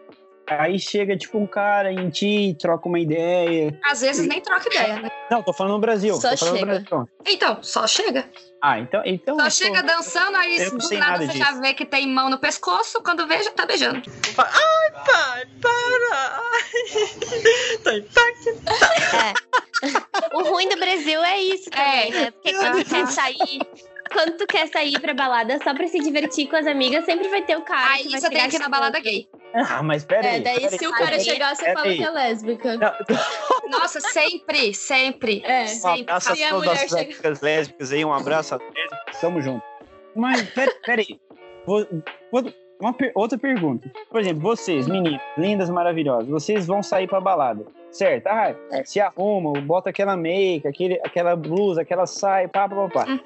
B: Aí chega, tipo, um cara em ti, troca uma ideia.
A: Às vezes nem troca ideia, né?
B: Não, tô falando no Brasil.
F: Só
B: tô falando
F: chega.
B: No Brasil.
A: Então, só chega.
B: Ah, então. então
A: Só
B: eu sou-
A: chega dançando, aí
B: eu não
A: do
B: sei
A: nada
B: nada
A: você
B: disso.
A: já vê que tem mão no pescoço, quando vê, já tá beijando.
G: Pai, para! Tô impactada.
C: O ruim do Brasil é isso também,
A: É.
C: né? Porque quando tu quer sair. Quando tu quer sair pra balada só pra se divertir com as amigas, sempre vai ter o cara.
A: Aí
C: que vai
A: você tem
C: chegar tipo
A: que ir na
C: te-
A: balada gay.
B: Ah, mas pera aí.
F: É, daí
B: pera
F: se o
B: aí.
F: cara chegar, você
B: Pera
F: fala
B: aí.
F: que é lésbica.
B: Não,
A: Nossa, sempre, sempre.
F: É.
B: Um
A: Sempre.
B: abraço a
F: Se a
B: todas
F: mulher
B: as
F: chega-
B: lésbicas, lésbicas aí, um abraço a lésbicas, tamo junto. Mas, pera- peraí. Vou- vou- uma per- outra pergunta. Por exemplo, vocês, meninas, lindas, maravilhosas, vocês vão sair pra balada, certo? Ah, se arrumam, bota aquela make, aquele, aquela blusa, aquela saia, pá, pá, pá, pá.
F: Uhum.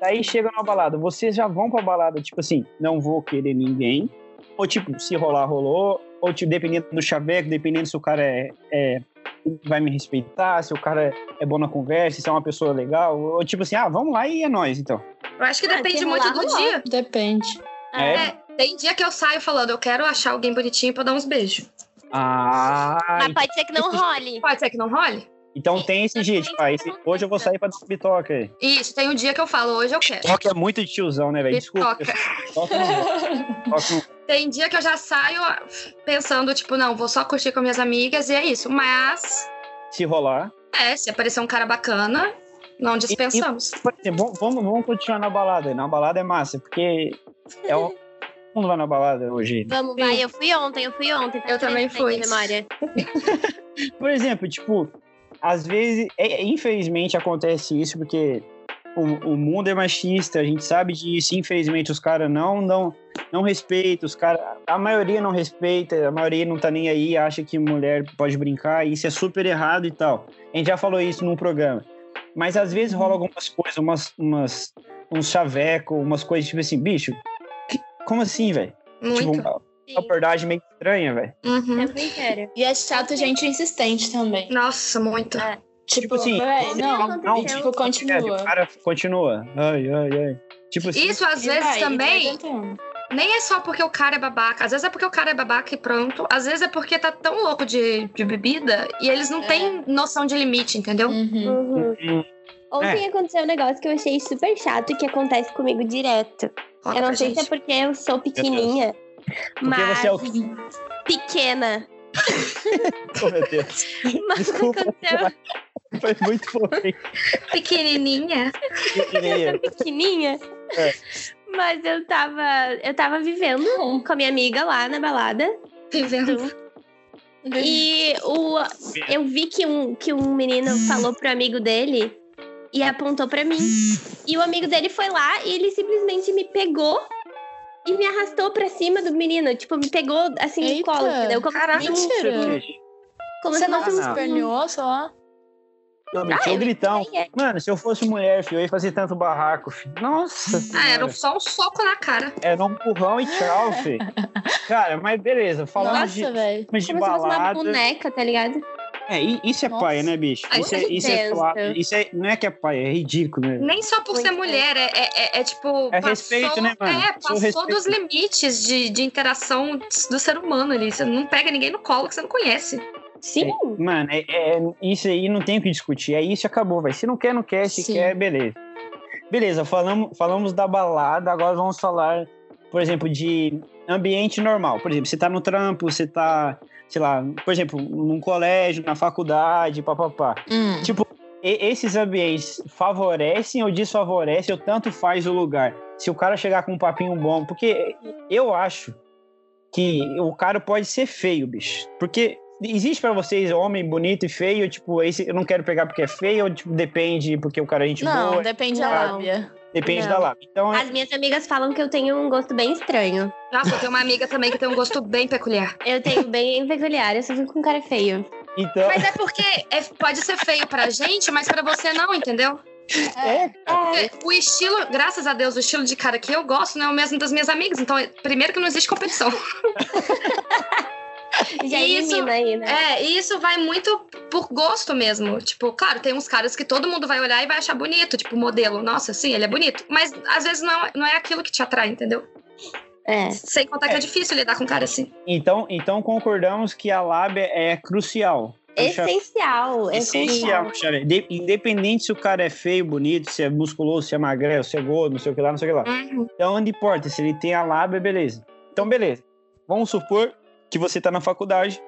B: Daí chega na balada, vocês já vão pra balada, tipo assim, não vou querer ninguém, ou tipo, se rolar, rolou, ou tipo, dependendo do chaveco, dependendo se o cara é- é vai me respeitar, se o cara é bom na conversa, se é uma pessoa legal, ou tipo assim, ah, vamos lá e é nóis, então.
A: Eu acho que
C: Ah,
A: depende
C: se
A: muito
C: rolar,
A: do
C: rolar.
A: dia.
F: Depende.
C: Ah,
B: É?
A: É, tem dia que eu saio falando, eu quero achar alguém bonitinho pra dar uns beijos.
B: Ah,
C: Mas pode ser que não role.
A: Pode ser que não role?
B: então tem esse dia, tipo, ah, esse- hoje eu vou sair pra dar um bitoca aí.
A: Isso, tem um dia que eu falo, hoje eu quero.
B: Bitoca é muito de tiozão, né, velho? Desculpa.
A: Bitoca.
B: pessoal. Bitoca não rola. Bitoca
A: Tem dia que eu já saio ah, pensando, tipo, não, vou só curtir com minhas amigas e é isso. Mas,
B: não- se rolar.
A: é, se aparecer um cara bacana, não dispensamos.
B: Por exemplo, Tipo assim, vamos- vamos, vamos continuar na balada. Na balada é massa, porque é o... todo mundo vai na balada hoje.
C: Vamos, vai. Eu fui ontem, eu fui ontem. tá
A: Eu também
C: fresco aí
A: fui.
C: de Memória.
B: Por exemplo, tipo, às vezes, é- é- infelizmente acontece isso, porque o, o mundo é machista, a gente sabe disso. Infelizmente, os caras não, não, não respeitam, os cara, a maioria não respeita, a maioria não tá nem aí, acha que mulher pode brincar, e isso é super errado e tal. A gente já falou isso num programa. Mas às vezes rola algumas coisas, umas, umas, um chaveco, umas coisas tipo assim, bicho, que- como assim, velho? Tipo,
A: Muito.
B: uma, uma abordagem meio estranha, velho.
A: Uhum.
C: É brincadeira.
F: E é chato gente insistente também.
A: Nossa, muito.
C: É.
B: Tipo assim,
F: véi, não,
B: não,
F: tipo,
B: Sério,
F: continua.
B: Cara, continua. Ai, ai, ai. Tipo assim,
A: Isso às
F: E
A: vezes
F: vai, e vai
A: também
F: tentando.
A: nem é só porque o cara é babaca. Às vezes é porque o cara é babaca e pronto. Às vezes é porque tá tão louco de, de bebida e eles não têm noção de limite, entendeu?
F: Uhum.
C: Uhum.
B: Hum,
C: Ontem aconteceu um negócio que eu achei super chato e que acontece comigo direto.
A: Conta
C: eu
A: pra
C: não sei se é
A: gente.
C: porque eu sou pequenininha,
B: porque
C: mas
B: você é o
C: pequena.
B: Oh, meu Deus,
C: Mas
B: Desculpa.
C: aconteceu
B: foi muito fofinho.
A: Pequenininha.
C: eu sou pequenininha.
B: É.
C: Mas eu tava, eu tava vivendo com a minha amiga lá na balada.
A: Vivendo.
C: E o, eu vi que um, que um menino falou pro amigo dele e apontou pra mim. E o amigo dele foi lá e ele simplesmente me pegou e me arrastou pra cima do menino. Tipo, me pegou assim de
F: Eita.
C: colo, entendeu? Como, um,
A: Caraca.
F: Mentira.
C: como é
F: Você
C: se
F: não
C: fosse um
F: se
B: não.
F: esperneou, sei lá?
B: Eu
C: Ah,
B: meti o
C: eu-
B: um gritão.
C: É, é.
B: Mano, se eu fosse mulher, filho, eu ia fazer tanto barraco, filho. Nossa.
A: Ah, era
B: senhora.
A: só um soco na cara.
B: Era um empurrão e tchau, filho. Cara, mas beleza, falando de,
F: Nossa, velho.
B: falando de
C: Como se fosse uma
B: balada.
C: boneca, tá ligado?
B: É, e- isso é
F: Nossa.
B: paia, né, bicho?
A: Ai,
B: Isso é,
C: meu
B: isso é
C: Deus.
B: suado. Isso é, não é que é paia, é ridículo, né?
A: Nem só por
C: Pois
A: ser
C: é.
A: mulher, é, é- é- é tipo.
B: É respeito, né, mano?
A: É,
B: Sou
A: passou
B: respeito.
A: dos limites de, de interação do ser humano ali. Você não pega ninguém no colo que você não conhece.
C: Sim.
B: Mano, é, é- isso aí não tem o que discutir. É isso e acabou, vai. Se não quer, não quer. Se
F: Sim.
B: quer, beleza. Beleza, falamos, falamos da balada, agora vamos falar, por exemplo, de ambiente normal. Por exemplo, você tá no trampo, você tá, sei lá, por exemplo, num colégio, na faculdade, papapá. Tipo,
F: Hum.
B: E- esses ambientes favorecem ou desfavorecem, ou tanto faz o lugar. Se o cara chegar com um papinho bom, porque eu acho que o cara pode ser feio, bicho. Porque existe pra vocês homem bonito e feio, tipo, esse eu não quero pegar porque é feio, ou tipo, depende porque o cara é gente
F: Não,
B: boa,
F: depende
C: Não.
F: da lábia.
B: depende
C: não.
B: da lá. Então,
C: As minhas amigas falam que eu tenho um gosto bem estranho.
A: Nossa, eu tenho uma amiga também que tem um gosto bem peculiar.
C: Eu tenho bem peculiar, eu só fico com cara feio.
B: então
A: Mas é porque é- pode ser feio pra gente, mas pra você não, entendeu?
B: é,
A: Porque o estilo, graças a Deus, o estilo de cara que eu gosto não é o mesmo das minhas amigas. Então, é- primeiro que não existe competição.
C: Já
A: Isso.
C: elimina aí, né?
A: É, e isso vai muito por gosto mesmo. Tipo, claro, tem uns caras que todo mundo vai olhar e vai achar bonito, tipo, modelo. Nossa, sim, ele é bonito. Mas às vezes não, não é aquilo que te atrai, entendeu?
C: É.
A: Sem contar que é difícil lidar com um cara assim.
B: então, então concordamos que a lábia é crucial. Puxa,
C: Essencial.
B: é Essencial, Xavier. De- Independente se o cara é feio, bonito, se é musculoso, se é magrelo, se é gordo, não sei o que lá, não sei o que lá. Então, não importa, se ele tem a lábia, beleza. Então, beleza. Vamos supor que você tá na faculdade.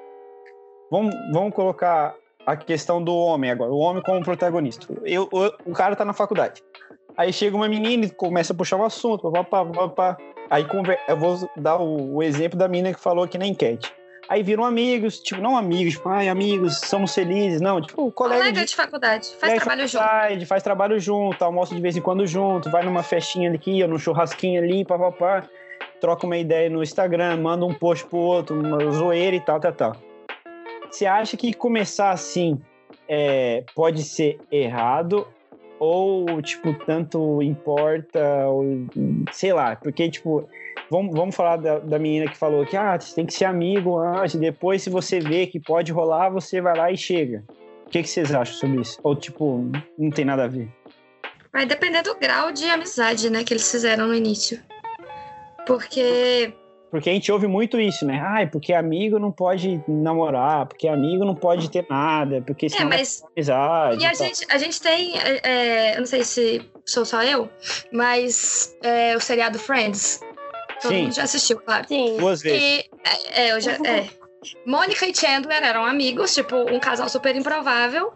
B: Vamos, vamos colocar a questão do homem agora. O homem como protagonista. Eu, o, o cara tá na faculdade. Aí chega uma menina e começa a puxar um assunto. Papá, papá. Aí conver- eu vou dar o, o exemplo da menina que falou aqui na enquete. Aí viram amigos, tipo, não amigos, tipo, ai, amigos, somos felizes, não, tipo, colega,
A: Colega
B: de,
A: de faculdade, faz
B: e aí
A: trabalho junto.
B: faculdade, faz trabalho junto, almoça de vez em quando junto, vai numa festinha aqui, ou num churrasquinho ali, papapá, troca uma ideia no Instagram, manda um post pro outro, uma zoeira e tal, tal, tal. Você acha que começar assim é, pode ser errado? Ou, tipo, tanto importa, ou, sei lá, porque, tipo, vamos, vamos falar da, da menina que falou que, ah, você tem que ser amigo antes, depois se você vê que pode rolar, você vai lá e chega. O que, que vocês acham sobre isso? Ou, tipo, não tem nada a ver?
A: Vai depender do grau de amizade, né, que eles fizeram no início. Porque.
B: Porque a gente ouve muito isso, né? Ai, porque amigo não pode namorar, porque amigo não pode ter nada, porque
A: É,
B: senão é
A: mas
B: amizade.
A: E a
B: tal.
A: gente, a gente tem, é, é, eu não sei se sou só eu, mas é, o seriado Friends. Todo
B: Sim.
A: mundo já assistiu, claro.
C: Sim.
B: Duas vezes.
A: E, é, é, eu já, é. Mônica e Chandler eram amigos, tipo, um casal super improvável,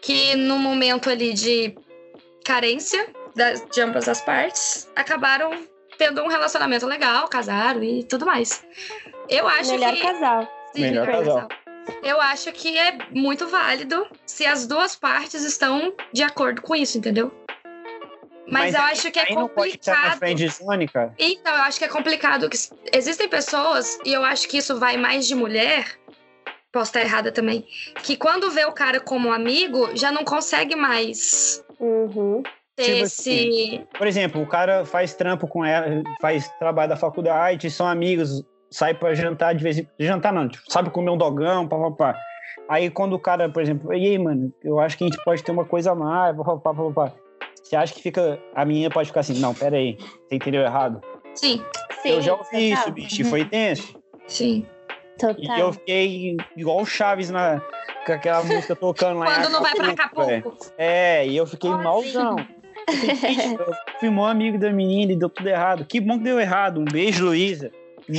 A: que no momento ali de carência das, de ambas as partes, acabaram tendo um relacionamento legal, casaram e tudo mais. Eu acho
C: Melhor
A: que...
C: casal.
A: Sim,
B: Melhor
A: melhor
B: casal.
A: casal. Eu acho que é muito válido se as duas partes estão de acordo com isso, entendeu? Mas,
B: Mas
A: eu acho que é
B: Aí não pode estar na
A: complicado.
B: friend zone, cara.
A: Então, eu acho que é complicado. que Existem pessoas, e eu acho que isso vai mais de mulher, posso estar errada também, que quando vê o cara como amigo, já não consegue mais
C: Uhum.
A: ter
B: Tipo
A: esse.
B: Por exemplo, o cara faz trampo com ela, faz trabalho da faculdade, são amigos, sai pra jantar de vez em Jantar não, tipo, sabe comer um dogão, papapá. Aí quando o cara, por exemplo, e aí, mano, eu acho que a gente pode ter uma coisa a mais, papapá, papapá. Você acha que fica. A menina pode ficar assim, não, pera aí, você entendeu errado.
A: Sim,
C: Sim,
B: eu já ouvi isso,
C: total. Uhum. Tá.
B: bicho, e foi tenso.
A: sim.
B: E
C: Total.
B: eu fiquei igual o Chaves na, com aquela música tocando lá. em
A: Quando não vai pra
B: Acapulco, velho.
A: Acapulco.
B: É, e eu fiquei
A: Sozinho.
B: malzão. Eu fui mó amigo da menina e deu tudo errado. Que bom que deu errado. Um beijo, Luísa.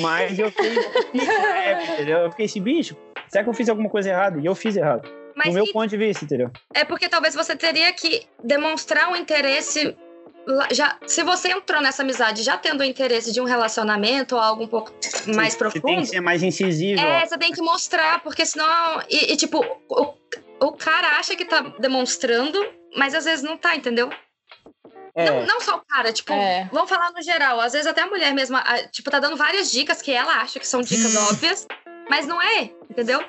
B: Mas eu fiquei triste na época, entendeu? Eu fiquei esse bicho. Será que eu fiz alguma coisa errada? E eu fiz errado.
A: Mas
B: É. no meu
A: e-
B: ponto de vista, entendeu?
A: é porque talvez você teria que demonstrar um interesse. lá- Já, se você entrou nessa amizade já tendo o interesse de um relacionamento ou algo um pouco mais
B: Você tem que
A: profundo,
B: ser mais incisivo. ó.
A: É, você tem que mostrar, porque senão. E, e, tipo, o, o cara acha que tá demonstrando, mas às vezes não tá, entendeu?
B: É,
A: Não, não só o cara, tipo,
F: É.
A: vamos falar no geral. Às vezes até a mulher mesma, a- tipo, tá dando várias dicas que ela acha que são dicas óbvias, mas não é, entendeu?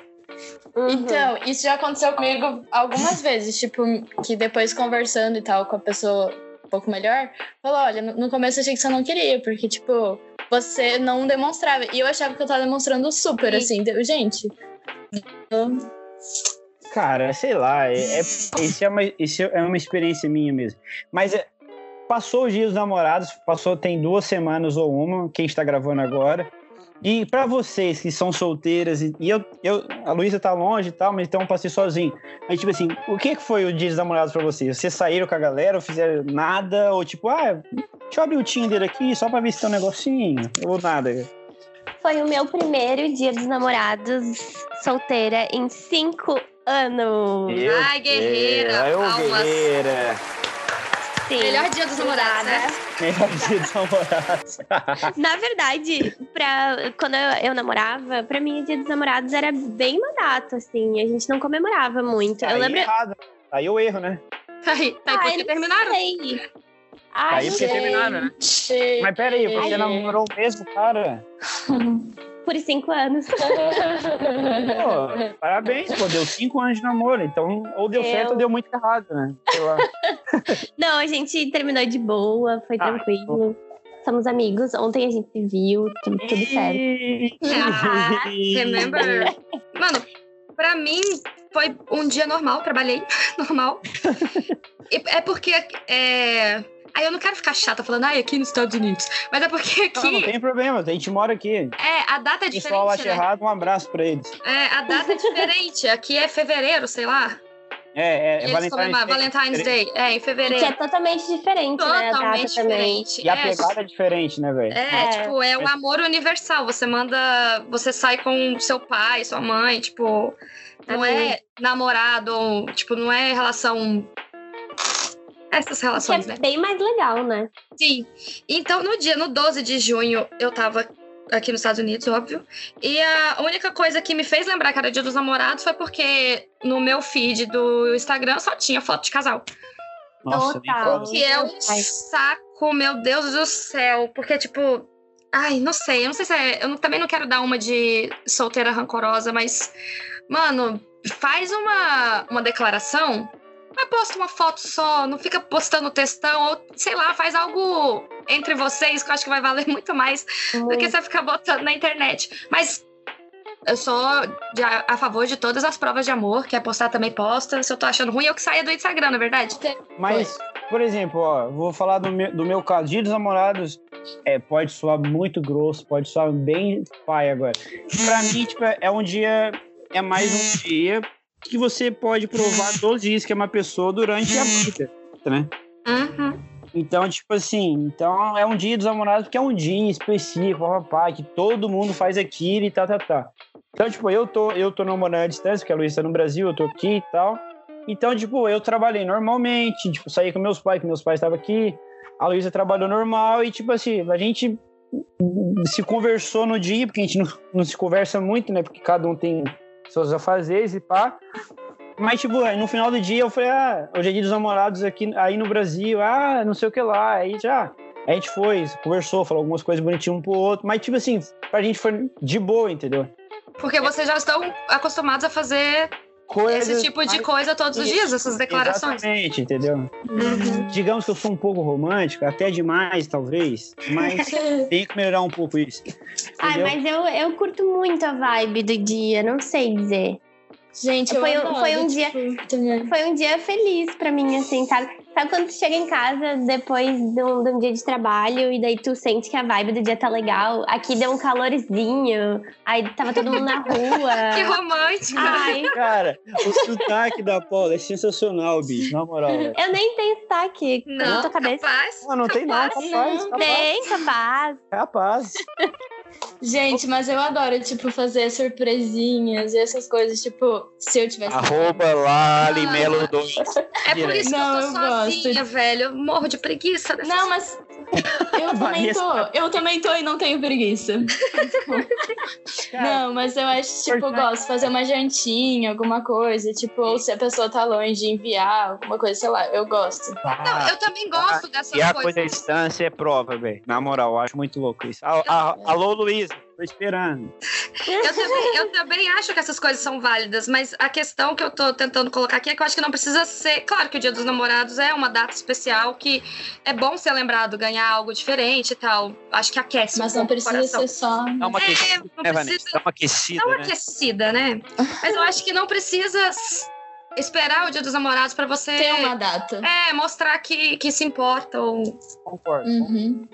C: Uhum.
F: Então, isso já aconteceu comigo algumas vezes, tipo, que depois conversando e tal com a pessoa um pouco melhor, falou, olha, no no começo eu achei que você não queria, porque, tipo, você não demonstrava. E eu achava que eu tava demonstrando super, assim, de- gente.
B: Cara, sei lá. É, é, esse é, uma, esse é uma experiência minha mesmo. Mas é, passou os dias dos namorados, passou tem duas semanas ou uma, quem está gravando agora. E pra vocês que são solteiras, e e eu, eu a Luísa tá longe e tal, mas então eu passei sozinho. Mas, tipo assim, o que que foi o dia dos namorados pra vocês? Vocês saíram com a galera ou fizeram nada? Ou tipo, ah, deixa eu abrir o Tinder aqui só pra ver se tem um negocinho? Ou nada?
C: Foi o meu primeiro dia dos namorados solteira em cinco anos.
A: Ai, guerreira,
B: eu,
A: palmas.
B: guerreira.
C: Sim.
A: Melhor dia dos namorados, né?
B: Melhor dia dos namorados.
C: Na verdade, pra, quando eu, eu namorava, pra mim o dia dos namorados era bem uma data, assim. A gente não comemorava muito.
A: Tá,
C: eu
B: Aí
C: lembro.
B: errado. Aí o erro, né?
A: Aí, tá
C: Ai,
A: aí porque
C: não
A: terminaram.
C: sei. Ai,
B: aí porque
C: não sei.
B: terminaram, né?
F: Gente.
B: Mas peraí, você
F: Aí.
B: namorou o mesmo cara?
C: Por cinco anos.
B: Pô, parabéns, pô, deu cinco anos de namoro, então ou deu
C: Eu-
B: certo ou deu muito errado, né? Sei lá.
C: Não, a gente terminou de boa, foi
B: Ah,
C: tranquilo. Somos amigos. Ontem a gente se viu, tu- tudo, certo.
A: Ah, Remember? Mano, pra mim foi um dia normal, trabalhei normal. E é porque. É... Aí eu não quero ficar chata falando, ai, aqui nos Estados Unidos. Mas é porque
B: Não, não
A: aqui.
B: tem problema, a gente mora aqui.
A: É, a data é
B: O pessoal
A: diferente,
B: acha
A: né?
B: errado, um abraço pra eles.
A: É, a data é diferente. Aqui é fevereiro, sei lá.
B: É, é, é
A: e eles comemoram
B: Valentine's Day.
A: Valentine's Day. É, em
C: Que é
A: fevereiro.
C: totalmente diferente, né? A data
A: Totalmente
C: também.
A: diferente.
B: E a
A: É,
B: pegada é diferente, né, velho?
A: É,
C: É.
A: tipo, é um amor universal. Você manda. Você sai com seu pai, sua mãe, tipo. Não é namorado, ou, tipo, não é relação. Essas
C: Que
A: relações, né?
C: é bem mais legal, né?
A: Sim. Então, no dia, no 12 de junho, eu tava aqui nos Estados Unidos, óbvio. E a única coisa que me fez lembrar que era dia dos namorados foi porque no meu feed do Instagram só tinha foto de casal.
B: Nossa, nem
C: Total.
B: fala.
A: Que é um
C: Ai.
A: saco, meu Deus do céu. Porque, tipo. Ai, não sei. Eu não sei se é. Eu não- também não quero dar uma de solteira rancorosa, mas. Mano, faz uma, uma declaração, mas posta uma foto só. Não fica postando textão. Ou, sei lá, faz algo entre vocês que eu acho que vai valer muito mais do
C: É.
A: que você ficar botando na internet. Mas. Eu sou de- a favor de todas as provas de amor, quer postar também posta. Se eu tô achando ruim, eu que saia do Instagram, na verdade.
B: Mas, por exemplo, ó, vou falar do meu, do meu caso. Dia dos namorados é, pode soar muito grosso, pode soar bem pai agora. Pra mim, tipo, é um dia, é mais um dia que você pode provar todos os dias que é uma pessoa durante a vida, né?
A: Uhum.
B: Então, tipo assim, então é um dia dos namorados porque é um dia específico, papá, que todo mundo faz aquilo e tá, tá, tá. Então, tipo, eu tô, eu tô namorando à distância, porque a Luísa tá no Brasil, eu tô aqui e tal. Então, tipo, eu trabalhei normalmente, tipo, saí com meus pais, que meus pais estavam aqui, a Luísa trabalhou normal e, tipo assim, a gente se conversou no dia, porque a gente não, não se conversa muito, né? Porque cada um tem seus afazeres e pá. Mas, tipo, aí no final do dia eu falei, ah, hoje é dia dos namorados aqui aí no Brasil, ah, não sei o que lá. Aí já. A gente foi, conversou, falou algumas coisas bonitinhas um pro outro. Mas, tipo assim, pra gente foi de boa, entendeu?
A: Porque vocês já estão acostumados a fazer
B: Coisas-
A: esse tipo de coisa todos os
B: Isso,
A: dias, essas declarações.
B: Exatamente, entendeu? Digamos que eu sou um pouco romântico, até demais, talvez, mas tem que melhorar um pouco isso.
C: Ai,
A: assim,
B: Entendeu?
C: mas eu, eu curto muito a vibe do dia, não sei dizer.
F: Gente,
C: Foi um-
F: eu adoro,
C: foi um dia-
F: tipo, também.
C: Foi um dia feliz pra mim, assim, sabe? Sabe quando tu chega em casa depois de um, de um dia de trabalho e daí tu sente que a vibe do dia tá legal? Aqui deu um calorzinho, aí tava todo mundo na
A: Que
C: rua.
A: romântico.
C: Ai,
B: Cara, o sotaque da Paula é sensacional, bicho, na moral. velho.
C: eu nem tenho sotaque na
A: Não,
C: tua cabeça.
A: capaz.
B: Ah, não tem não, capaz, capaz,
C: Tem, capaz.
B: capaz.
F: Gente, mas eu adoro, tipo, fazer surpresinhas e essas coisas, tipo, se eu tivesse.
B: Ah.
H: Arroba lá, Limelo 2.
A: É por isso que
F: Não,
A: eu tô
F: eu gosto.
A: sozinha, velho. Eu morro de preguiça dessas
F: Não, mas eu também
B: Vanessa.
F: tô. Eu também tô e não tenho preguiça. Não, mas eu acho, tipo, eu gosto de fazer uma jantinha, alguma coisa, tipo, ou se a pessoa tá longe de enviar, alguma coisa, sei lá, eu gosto.
B: Ah,
A: Não, eu também gosto dessas
H: E a coisa à
A: coisas.
H: distância é prova, velho.
B: Na moral, eu acho muito louco isso. Al- al- alô, Luísa, tô esperando.
A: Eu também, eu também acho que essas coisas são válidas, mas a questão que eu tô tentando colocar aqui é que eu acho que não precisa ser. Claro que o Dia dos Namorados é uma data especial que é bom ser lembrado, ganhar algo diferente e tal. Acho que aquece.
F: Mas
A: um
F: não
A: pouco
F: precisa
A: o coração.
F: ser só.
H: Dá uma
A: É,
H: aquecida,
A: não
H: né, Vanessa?
A: precisa
H: Dá uma aquecida,
A: tão
H: né?
A: aquecida, né? Mas eu acho que não precisa s- esperar o Dia dos Namorados pra você
F: Ter uma data.
A: é, mostrar que, que se importa. ou-
B: Concordo.
F: Uhum.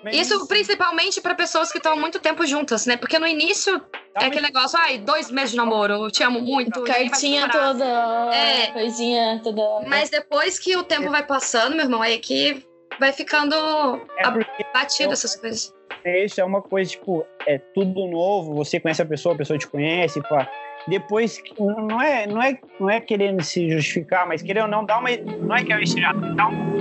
B: Mas
A: Isso é principalmente pra pessoas que estão há muito tempo juntas, né? Porque no início
B: dá
A: é
B: uma-
A: aquele negócio, ai, dois meses de namoro, eu te amo muito. ninguém vai se
F: Cartinha
A: separar."
F: toda hora,
A: É.
F: coisinha toda hora.
A: Mas depois que o tempo vai passando, meu irmão, aí é que vai ficando
B: É porque
A: abatido
B: eu-
A: essas coisas.
B: É isso, é uma coisa, tipo, é tudo novo, você conhece a pessoa, a pessoa te conhece, pá. Depois, que- não não é, não, é, não é querendo se justificar, mas querendo ou não, dá uma, não é que é estirado, dá um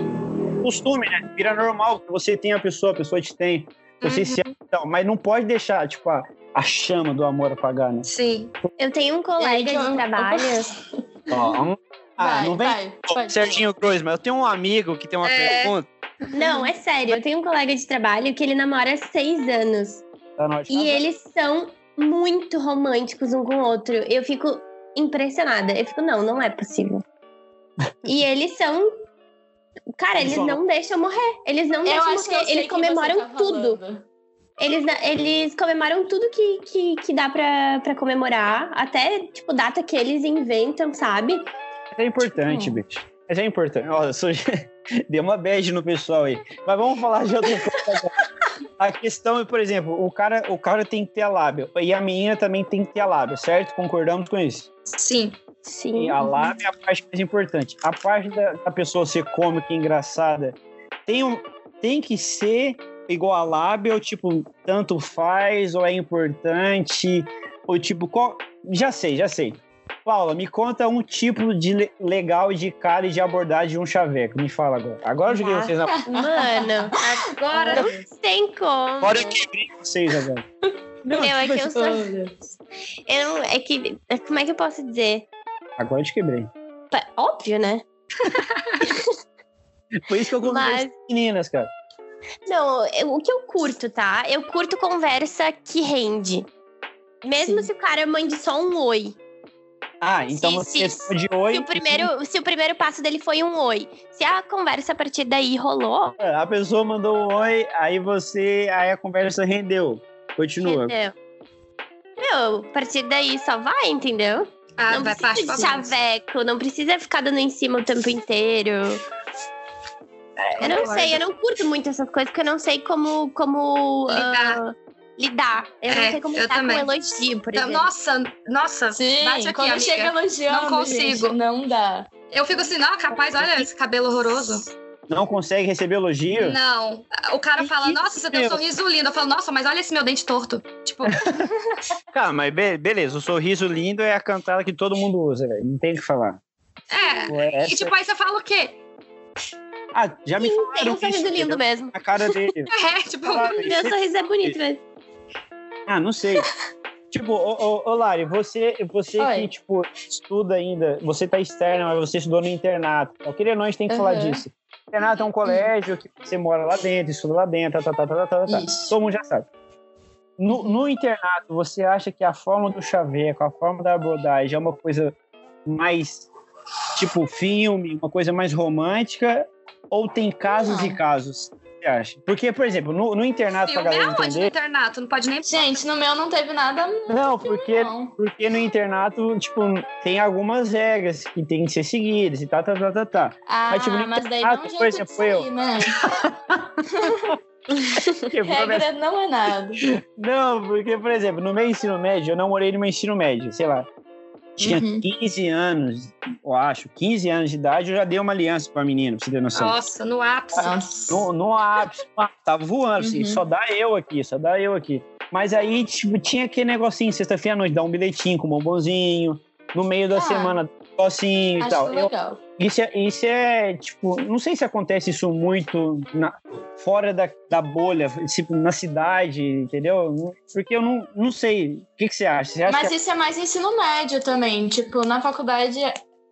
B: costume, né? Vira normal, você tem a pessoa, a pessoa te tem, você
A: Uhum.
B: se ama, então, mas não pode deixar, tipo, a, a chama do amor apagar, né?
A: Sim.
C: Eu tenho um colega
A: é
F: Então,
C: de trabalho.
B: Ó, um- ah,
F: vai,
B: não vem
F: vai, pode.
H: Serginho Cruz, mas eu tenho um amigo que tem uma
A: É.
H: pergunta.
C: Não, é sério. Eu tenho um colega de trabalho que ele namora há seis anos.
B: tá na hora de
C: E
B: casar.
C: eles são muito românticos um com o outro. Eu fico impressionada. Eu fico, não, não é possível. E eles são. Cara,
B: Eles são
C: eles não deixam morrer. Eles não
F: Eu
C: deixam
F: acho que eu
C: morrer.
F: sei
C: Eles
F: quem você
C: comemoram
F: tá
C: tudo.
F: falando.
C: Eles, na- eles comemoram tudo que, que, que dá pra, pra comemorar. Até, tipo, data que eles inventam, sabe?
B: Mas é importante, bicho. Mas é importante. Olha, eu sou... dei uma bad no pessoal aí. Mas vamos falar de outra coisa. agora. a questão é, por exemplo, o cara, o cara tem que ter a lábia. E a menina também tem que ter a lábia, certo? Concordamos com isso.
A: Sim.
C: Sim.
B: E a lábia é a parte mais importante. A parte da, da pessoa ser cômica e engraçada tem, um, tem que ser igual a lábia, ou tipo, tanto faz, ou é importante, ou tipo, qual. Já sei, já sei. Paula, me conta um tipo de le- legal de cara e de abordagem de um chaveco. Me fala agora. Agora eu joguei
C: Ah.
B: vocês na
C: Mano,
A: Agora,
C: não tem como.
B: Agora eu quebrei vocês agora.
C: Meu, é que eu sou.
F: Oh, Deus.
C: Eu não- é que. é- Como é que eu posso dizer?
B: Agora eu te quebrei.
C: Pa- Óbvio, né?
B: Por isso que eu conversei
C: Mas-
B: com as meninas, cara.
C: Não, eu- o que eu curto, tá? Eu curto conversa que rende. Mesmo se o cara mande só um oi.
B: Ah, então
C: Sim,
B: você
C: sim.
B: foi de oi.
C: Se o, primeiro, se o primeiro passo dele foi um oi. Se a conversa a partir daí rolou,
B: É, A pessoa mandou um oi, aí você. Aí a conversa rendeu. Continua.
C: entendeu? Meu, a partir daí só vai, entendeu?
A: ah,
C: não
A: vai
C: precisa
A: parte
C: de
A: pra baixo.
C: chaveco, não precisa ficar dando em cima o tempo inteiro.
A: É,
C: Eu não sei, eu não curto muito essas coisas, porque eu não sei como. como
A: Lidar.
C: ah, lidar. Eu não
A: É,
C: sei como
A: eu
C: lidar
A: também.
C: com elogio, por
A: Então,
C: exemplo.
A: Nossa, nossa,
F: Sim,
A: bate aqui,
F: quando
A: amiga.
F: chega elogiando,
A: Não consigo.
F: gente, não dá.
A: Eu fico assim, não, capaz, olha esse cabelo horroroso.
B: Não consegue receber elogio?
A: Não. O cara fala,
B: Que
A: nossa, você tem um
B: meu.
A: sorriso lindo. Eu falo, nossa, mas olha esse meu dente torto. Tipo,
B: Cara, mas be- beleza, o sorriso lindo é a cantada que todo mundo usa, velho. Não tem o que falar.
A: é.
B: Pô, essa-
A: E tipo, aí você fala o quê?
B: Ah, já me falaram.
C: Tem um
B: isso,
C: sorriso
B: entendeu?
C: lindo mesmo.
B: A cara dele.
A: É, tipo,
B: Falaram isso.
C: Meu sorriso é bonito mesmo.
B: Ah, não sei. Tipo, ô, ô, ô, Lari, você, você
F: Oi.
B: que, tipo, estuda ainda, você tá externa, mas você estudou no internato. Eu queria não, a gente tem que falar
F: Aham.
B: disso. Internato é um colégio que você mora lá dentro, estuda lá dentro, tá, tá, tá, tá, tá, tá.
F: Isso.
B: Todo mundo já sabe. No, no internato, você acha que a forma do chaveco, a forma da abordagem é uma coisa mais, tipo, filme, uma coisa mais romântica? Ou tem casos e casos? Você acha? Porque, por exemplo, no, no internato, pra
A: Filme é
B: galera
A: onde no
B: entender...
A: internato? Não pode nem.
F: Gente, no meu não teve nada,
B: Não, porque
F: não.
B: porque no internato, tipo, tem algumas regras que tem que ser seguidas e tá, tá, tá, tá, tá.
F: Ah,
B: Mas,
F: mas,
B: tipo, no
F: daí
B: internato,
F: dá um
B: por
F: jeito
B: exemplo,
F: de sair,
B: eu- Tipo,
F: né?
B: Porque, por exemplo,
F: Regra não é nada.
B: não, porque, por exemplo, no meu ensino médio, eu não morei no meu ensino médio, sei lá. Tinha
F: Uhum.
B: 15 anos, eu acho, 15 anos de idade, eu já dei uma aliança pra menina, pra você ter noção.
A: Nossa, no ápice.
B: Ah,
F: Nossa.
B: No, no ápice, pá, tava voando, assim,
F: Uhum.
B: só dá eu aqui, só dá eu aqui. Mas aí, tipo, tinha aquele negocinho, sexta-feira à noite, dá um bilhetinho com bombonzinho, no meio da
F: Ah.
B: semana, um negocinho e
F: Acho
B: tal. Eu-
F: legal.
B: Isso é, isso é, tipo, não sei se acontece isso muito na- fora da, da bolha, tipo, na cidade, entendeu? Porque eu não, não sei. O que, que você acha? Você acha
F: Mas isso é mais ensino médio também. Tipo, na faculdade,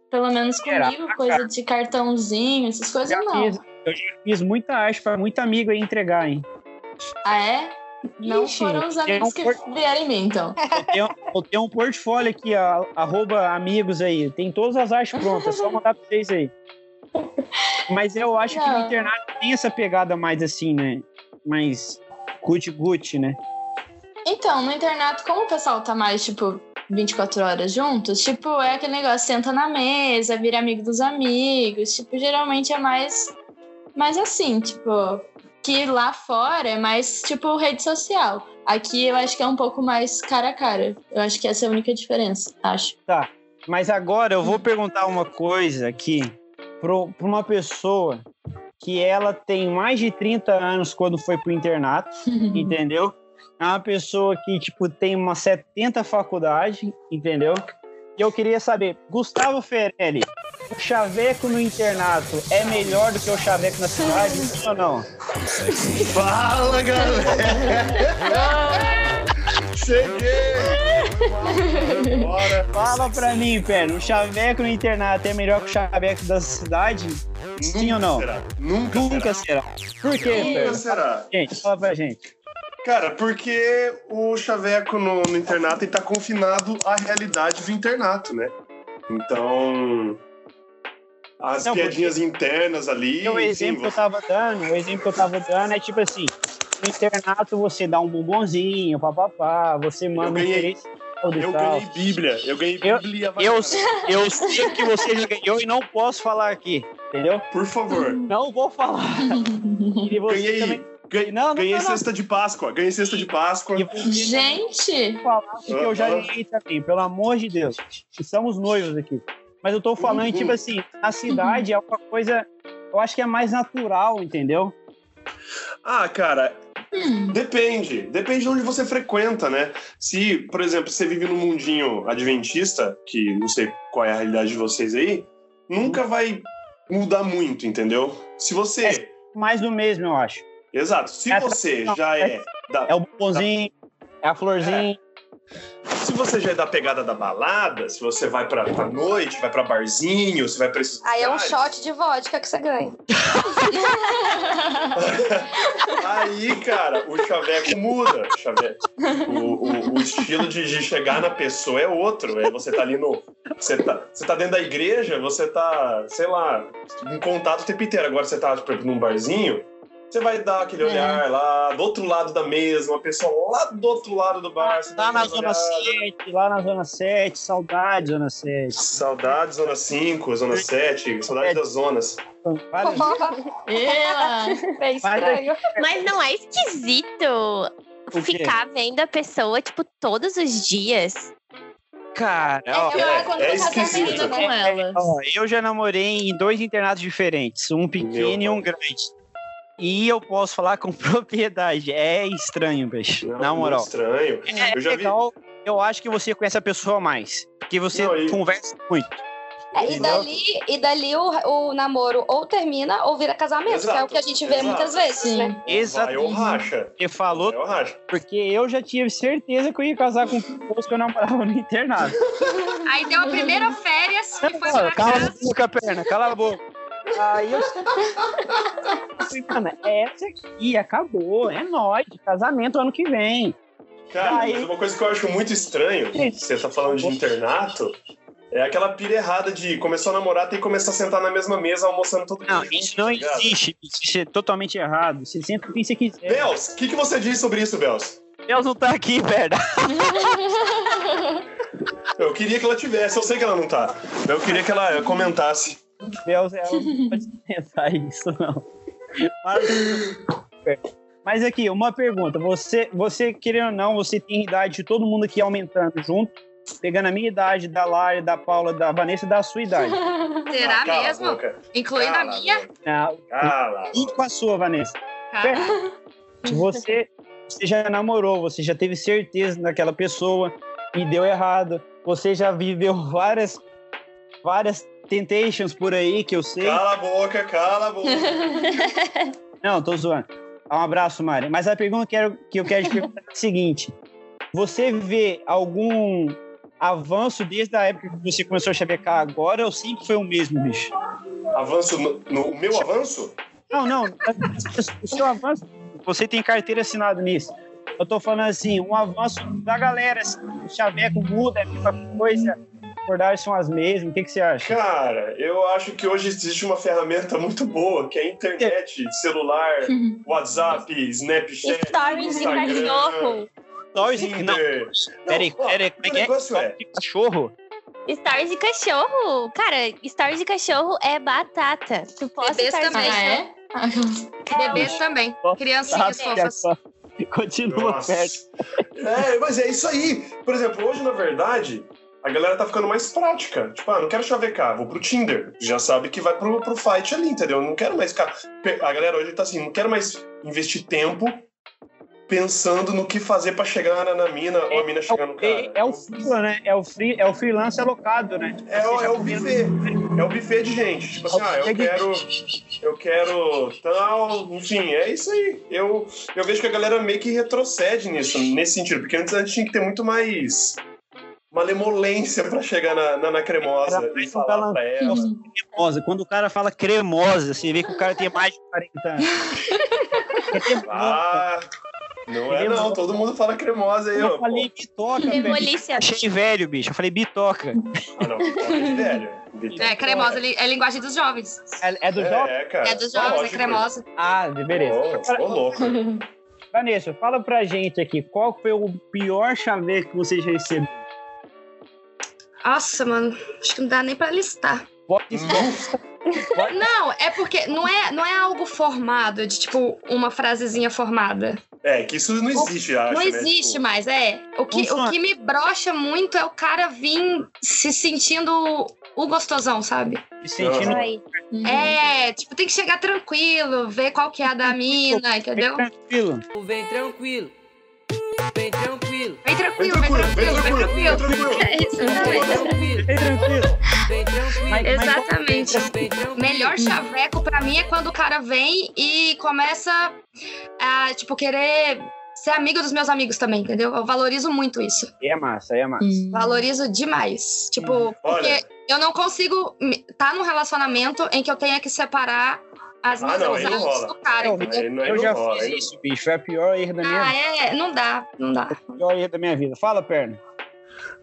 F: pelo menos
B: Era,
F: comigo, coisa de cartãozinho, essas
B: que
F: coisas
B: eu já
F: não.
B: fiz, eu já fiz muita arte para muito amigo aí entregar, hein?
F: Ah, é? Não
B: Ixi,
F: foram os
B: eu
F: amigos que
B: não
F: vieram em mim, então.
B: Eu tenho, eu tenho um portfólio aqui, a- arroba amigos aí. Tem todas as artes prontas, só mandar pra vocês aí. Mas eu acho que no
F: Não.
B: internato tem essa pegada mais assim, né? Mais guti-guti, né?
F: Então, no internato, como o pessoal tá mais, tipo, 24 horas juntos, tipo, é aquele negócio, senta na mesa, vira amigo dos amigos, tipo, geralmente é mais, mais assim, tipo, que lá fora é mais, tipo, rede social. Aqui eu acho que é um pouco mais cara a cara. Eu acho que essa é a única diferença, acho.
B: Mas agora eu vou perguntar uma coisa aqui para uma pessoa que ela tem mais de 30 anos quando foi pro internato,
F: Uhum.
B: entendeu? É uma pessoa que, tipo, tem umas 70 faculdades, entendeu? E eu queria saber, Gustavo Ferelli, o chaveco no internato é melhor do que o chaveco na cidade, sim ou não?
E: Fala, galera! Cheguei! Bora!
B: Fala pra mim, Pedro, o chaveco no internato é melhor que o chaveco da cidade? Sim ou não?
E: Será? Nunca,
B: Nunca
E: será.
B: será. Por quê,
E: Nunca
B: Pedro?
E: será.
B: Gente, fala pra gente.
E: Cara, porque o Chaveco no, no internato ele tá confinado à realidade do internato, né? Então. As
B: Não,
E: piadinhas internas ali.
B: E Então, o
E: enfim,
B: exemplo que eu
E: você-
B: tava dando, o exemplo que eu tava dando é tipo assim, no internato você dá um bombonzinho, papapá, você manda um
E: ganhei.
B: endereço e
E: Eu
B: tal.
E: ganhei Bíblia. Eu ganhei
B: Eu-
E: Bíblia. vai,
H: Eu,
E: cara.
H: eu sei que você já ganhou e não posso falar aqui, entendeu?
E: Por favor.
B: Não vou falar. E você
E: Ganhei.
B: também
E: Ganhei,
B: Não, não,
E: ganhei
B: não, não.
E: cesta de Páscoa. Ganhei cesta de Páscoa.
B: E você
F: Gente!
B: não falar porque eu já ganhei também, pelo amor de Deus. Somos noivos aqui. Mas eu tô falando,
E: Uhum.
B: tipo assim, a cidade é uma coisa, eu acho que é mais natural, entendeu?
E: Ah, cara, depende. Depende de onde você frequenta, né? Se, por exemplo, você vive num mundinho adventista, que não sei qual é a realidade de vocês aí, nunca vai mudar muito, entendeu? Se você.
B: Mais do mesmo, eu acho.
E: Exato. Se
B: É,
E: você
B: não,
E: já é. da-
B: É o bombonzinho, é a florzinha.
E: se você já é da pegada da balada, se você vai pra, pra noite, vai pra barzinho, você vai pra esses.
J: Aí é um
E: lugares,
J: shot de vodka que você ganha.
E: Aí, cara, o chaveco muda. o chaveco- O, o- o estilo de, de chegar na pessoa é outro. É você tá ali no. Você tá, você tá dentro da igreja, você tá, sei lá, em contato o tempo inteiro. Agora você tá, por exemplo, num barzinho, você vai dar aquele
F: É.
E: olhar lá do outro lado da mesa, uma pessoa lá do outro lado do bar. você tá dá
B: Lá Tá
H: Tá
B: na
E: aquele
B: Zona
E: olhar.
B: 7, lá na Zona 7, saudade, Zona 7.
E: Saudade, Zona 5, Zona 7, saudade das zonas.
B: Então, Vários-
F: Ela!
J: É estranho.
C: Mas não é esquisito
B: quê?
C: ficar vendo a pessoa, tipo, todos os dias?
H: Cara,
F: É
H: ó, é,
F: que eu
E: é-
F: quando
E: é
A: um
F: eu tava
E: esquisito.
F: vendo
A: né?
F: com ela.
H: ó, eu já namorei em dois internatos diferentes, um pequeno e um
E: Meu
H: grande. E eu posso falar com propriedade. É estranho, bicho.
E: Não,
H: Na
E: muito
H: moral.
E: Estranho.
H: É
E: Eu já vi.
H: legal. Eu acho que você conhece a pessoa mais. Porque você
E: Não, e-
H: conversa muito.
A: É, e, dali, e dali o, o namoro ou termina ou vira casamento, que é o que a gente vê
E: exato.
A: muitas vezes, né?
E: Exato. Vai ou racha.
H: Você falou.
B: Porque eu já tive certeza que eu ia casar com pessoas que eu namorava no internato.
A: Aí deu a primeira férias e foi
B: Mano,
A: pra
B: cala
A: casa.
B: a boca, perna, cala a boca. Aí eu falei, mano, é essa aqui, acabou, é nóis, casamento ano que vem.
E: Cara,
B: Aí-
E: mas uma coisa que eu acho muito estranho, você tá falando de internato, é aquela pira errada de começou a namorar, tem que começar a sentar na mesma mesa almoçando todo
B: Não,
E: dia.
B: isso não existe, isso é totalmente errado. Você senta com quem você quiser.
E: Bels, o que, que você diz sobre isso, Bels?
H: Deus não tá aqui, velho.
E: Eu queria que ela tivesse, eu sei que ela não tá. Eu queria que ela comentasse.
B: Deus, ela não pode pensar isso, não. Mas, mas aqui, uma pergunta. Você, você, querendo ou não, você tem idade de todo mundo aqui aumentando junto, pegando a minha idade, da Lari, da Paula, da Vanessa, da sua idade.
A: Será
B: Ah, cala a
A: mesmo?
B: boca.
A: Incluindo
B: Cala
A: a minha?
B: Ah,
E: Cala.
B: E com a sua, Vanessa?
A: Cara.
B: Você, você já namorou, você já teve certeza daquela pessoa e deu errado. Você já viveu várias, várias temptations por aí que eu sei.
E: Cala a boca, cala a boca.
B: Não, tô zoando. Um abraço, Mari. Mas a pergunta que eu quero, que eu quero te perguntar é a seguinte: você vê algum avanço desde a época que você começou a chavecar agora ou sempre foi o mesmo, bicho?
E: Avanço no, no- o meu avanço?
B: Não, não. O seu avanço, você tem carteira assinada nisso. Eu tô falando assim, um avanço da galera, assim, o chaveco muda, é a mesma coisa, os horários são as mesmas, o que, que você acha?
E: Cara, eu acho que hoje existe uma ferramenta muito boa, que é a internet, celular,
B: Uhum.
E: WhatsApp, Snapchat,
B: tá
C: Stories de cachorro.
E: Stories
H: não. Peraí, peraí, como é que é? Cachorro?
C: Stories de cachorro. Cara, stories de cachorro é batata. Tu posta
A: Bebês
C: stories
F: Ah,
A: também. né?
C: de cachorro.
F: é?
A: Bebês também. Criancinhas
B: Sabe,
A: fofas.
B: é só- Continua, perto.
E: É, mas é isso aí. Por exemplo, hoje, na verdade, a galera tá ficando mais prática. Tipo, ah, não quero chavecar, vou pro Tinder. Já sabe que vai pro, pro fight ali, entendeu? Não quero mais ficar. pe- A galera hoje tá assim, não quero mais investir tempo pensando no que fazer pra chegar na, na mina ou a mina chegar no cara.
B: É o freela, né? É o, free, é o freelance alocado, né?
E: É, o- é o buffet. É o buffet de gente. Tipo assim, ah, eu quero. Eu quero tal. Enfim, é isso aí. Eu, eu vejo que a galera meio que retrocede nisso, nesse sentido. Porque antes a gente tinha que ter muito mais. Malemolência pra chegar na, na, na cremosa e falar pra ela.
B: É Cremosa. Quando o cara fala cremosa, você vê que o cara tem mais de 40 anos.
E: Ah, não é não, todo mundo fala cremosa aí,
B: Eu
E: ó.
B: falei bitoca,
C: Demolícia.
B: velho. Achei velho, bicho. Eu falei bitoca.
E: Ah, não. Velho.
A: É, cremosa li- é linguagem dos jovens.
B: É, do jovem?
E: É,
A: É dos jovens, é cremosa.
B: Ah, beleza.
E: Ô, ô, louco.
B: Vanessa, fala pra gente aqui, qual foi o pior chaveco que vocês receberam?
A: Nossa, mano, acho que não dá nem pra listar.
E: Hum.
B: Bota
A: Não, é porque não é, não é algo formado, de tipo uma frasezinha formada.
E: É, que isso não existe, acho.
A: não
E: né?
A: existe
E: Tipo,
A: mais, é. O que, o que me brocha muito é o cara vir se sentindo o gostosão, sabe?
B: sentindo- Ai.
A: É, tipo, tem que chegar tranquilo, ver qual que é a da mina, entendeu?
B: Tranquilo.
I: Vem tranquilo. Vem tranquilo.
A: Vem tranquilo, vem tranquilo, vem tranquilo. É isso, exatamente.
B: Vem tranquilo.
A: é Exatamente. Melhor chaveco pra mim é quando o cara vem e começa a, tipo, querer ser amigo dos meus amigos também, entendeu? Eu valorizo muito isso.
B: Aí é massa, aí é massa.
E: Hum.
F: Hum.
A: Valorizo demais. Tipo, porque eu não consigo estar num relacionamento em que eu tenha que separar as
E: Ah,
A: minhas
E: não, aí não
A: amizades
E: rola.
A: do cara,
B: eu
A: entendeu?
E: aí
B: eu já
E: é, não rola, aí
B: fiz
E: não-
B: isso, bicho. Foi a pior erro da minha
A: Ah,
B: vida.
A: é, não dá, não dá.
B: Foi a pior erro da minha vida. Fala, perna.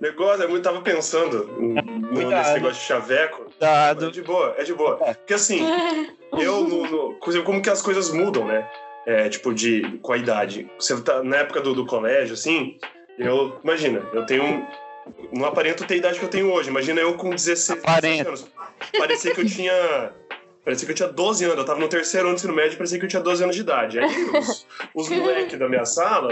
E: Negócio, eu muito tava pensando no- nesse negócio de chaveco.
H: Tá,
E: É de boa, é de boa. Porque assim, eu no, no- coisa- como que as coisas mudam, né? É, tipo, de, com a idade. Você tá na época do, do colégio, assim, eu. Imagina, eu tenho. um, Não aparento ter a idade que eu tenho hoje. Imagina eu com 16, 17 anos. Parecia que eu tinha. Parecia que eu tinha 12 anos, eu tava no terceiro ano do ensino médio, parecia que eu tinha 12 anos de idade. Aí os, os moleques da minha sala,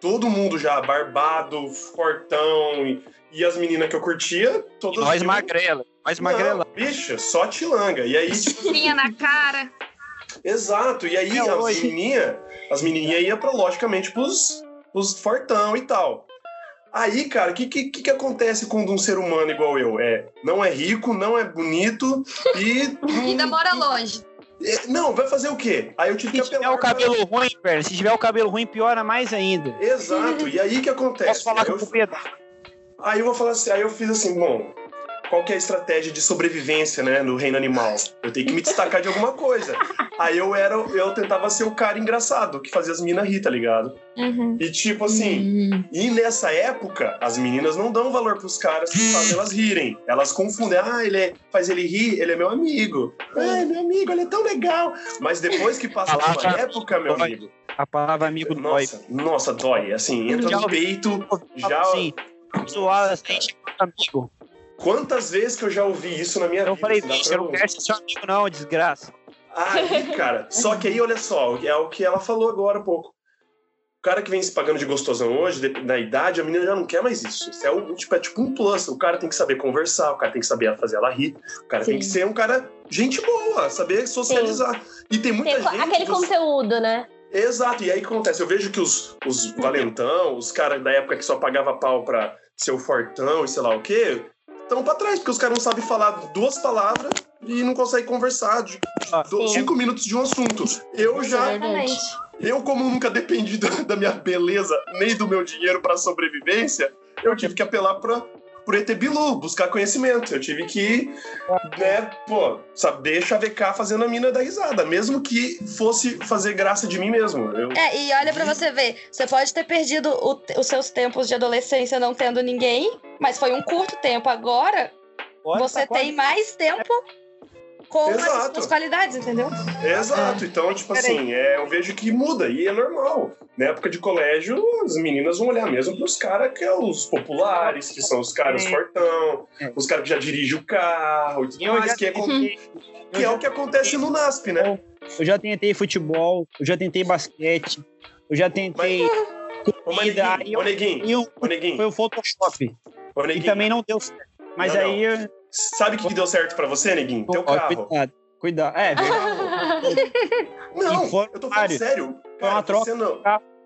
E: todo mundo já barbado, fortão, e, e as meninas que eu curtia, todas.
H: nós
E: iam-
H: magrela, nós
E: Não,
H: magrela.
E: Bicha, só tilanga. E aí, tipo,
A: Espinha na cara.
E: Exato, e aí
A: É
E: as
A: hoje.
E: menininhas, as menininhas iam pra, logicamente pros, pros fortão e tal. Aí, cara, o que, que, que que acontece quando um ser humano igual eu é? Não é rico, não é bonito e.
A: Ainda mora longe.
E: É, Não, vai fazer o quê? Aí eu tive que
H: Se
B: é
H: tiver o cabelo ruim, velho, se tiver o cabelo ruim, piora mais ainda.
E: Exato, e aí que acontece?
H: Posso falar
E: Aí
H: com
E: É, eu-
H: propriedade.
E: Aí eu vou falar assim, aí eu fiz assim, bom, qual que é a estratégia de sobrevivência, né, no reino animal? Eu tenho que me destacar de alguma coisa. Aí eu era, eu tentava ser o cara engraçado, que fazia as meninas rir, tá ligado? E tipo assim, e nessa época, as meninas não dão valor pros caras que fazem elas rirem. Elas confundem, ah, ele é- faz ele rir, ele é meu amigo. Ah, é meu amigo, ele é tão legal. Mas depois que passa uma
H: Palavra-
E: época, meu
H: dói.
E: amigo.
H: A palavra amigo dói.
E: Nossa, nossa, dói. Assim, entra
H: Já
E: no
H: ouvi-
E: peito, já.
H: Sim. Zoar assim, amigo.
E: Quantas vezes que eu já ouvi isso na minha
H: Eu
E: vida?
H: falei,
E: Dá pra
H: bicho, eu não quero ser seu amigo, não, desgraça.
E: Aí, cara, só que aí, olha só, é o que ela falou agora há pouco. O cara que vem se pagando de gostosão hoje, de- na idade, a menina já não quer mais isso. Isso é, o, tipo, é tipo um plus. O cara tem que saber conversar, o cara tem que saber fazer ela rir, o cara tem
C: Sim.
E: que ser um cara gente boa, saber socializar. E tem muita
C: Tem co-
E: gente.
C: aquele
E: você-
C: conteúdo, né?
E: Exato, e aí o que acontece? Eu vejo que os, os valentão, os caras da época que só pagava pau pra ser o fortão e sei lá o quê, estão pra trás, porque os caras não sabem falar duas palavras e não conseguem conversar de,
B: Ah,
E: de do- cinco minutos de um assunto. Eu
A: é.
E: já. Eu, como nunca dependi da, da minha beleza nem do meu dinheiro pra sobrevivência, eu tive que apelar pra, pro ET Bilu, buscar conhecimento. Eu tive que, né, pô, saber chavecar fazendo a mina dar risada, mesmo que fosse fazer graça de mim mesmo. Eu,
J: É, e olha pra você ver, você pode ter perdido o te- os seus tempos de adolescência não tendo ninguém, mas foi um curto tempo. Agora,
H: Olha,
J: você
H: tá quase-
J: tem mais tempo com as
E: Exato.
J: suas qualidades, entendeu?
E: Exato, então, tipo assim, é, eu vejo que muda e é normal. Na época de colégio, as meninas vão olhar mesmo pros caras que é os populares, que são os caras
H: É.
E: fortão, os caras que já dirigem o carro e tudo
H: Eu
E: mais,
H: já
E: que é, com-
H: tentei-
E: que é o que acontece no NASP, né?
B: Eu já tentei futebol, eu já tentei basquete, eu já tentei.
E: Ô,
B: comida,
E: Maneguinho,
B: aí eu-
E: ô, Neguinho,
B: e o-
E: ô, Neguinho,
B: foi o Photoshop.
E: ô,
B: E
E: Neguinho.
B: também não deu certo. Mas
E: Não,
B: aí. eu-
E: Sabe o que que deu certo pra você, Neguinho? Teu
B: Ó, um-
E: carro.
B: cuidado, cuidado. É, verdade,
E: Não,
B: E fora
E: eu tô falando
B: vários.
E: sério.
B: Foi uma
E: Cara,
B: troca.
E: você não.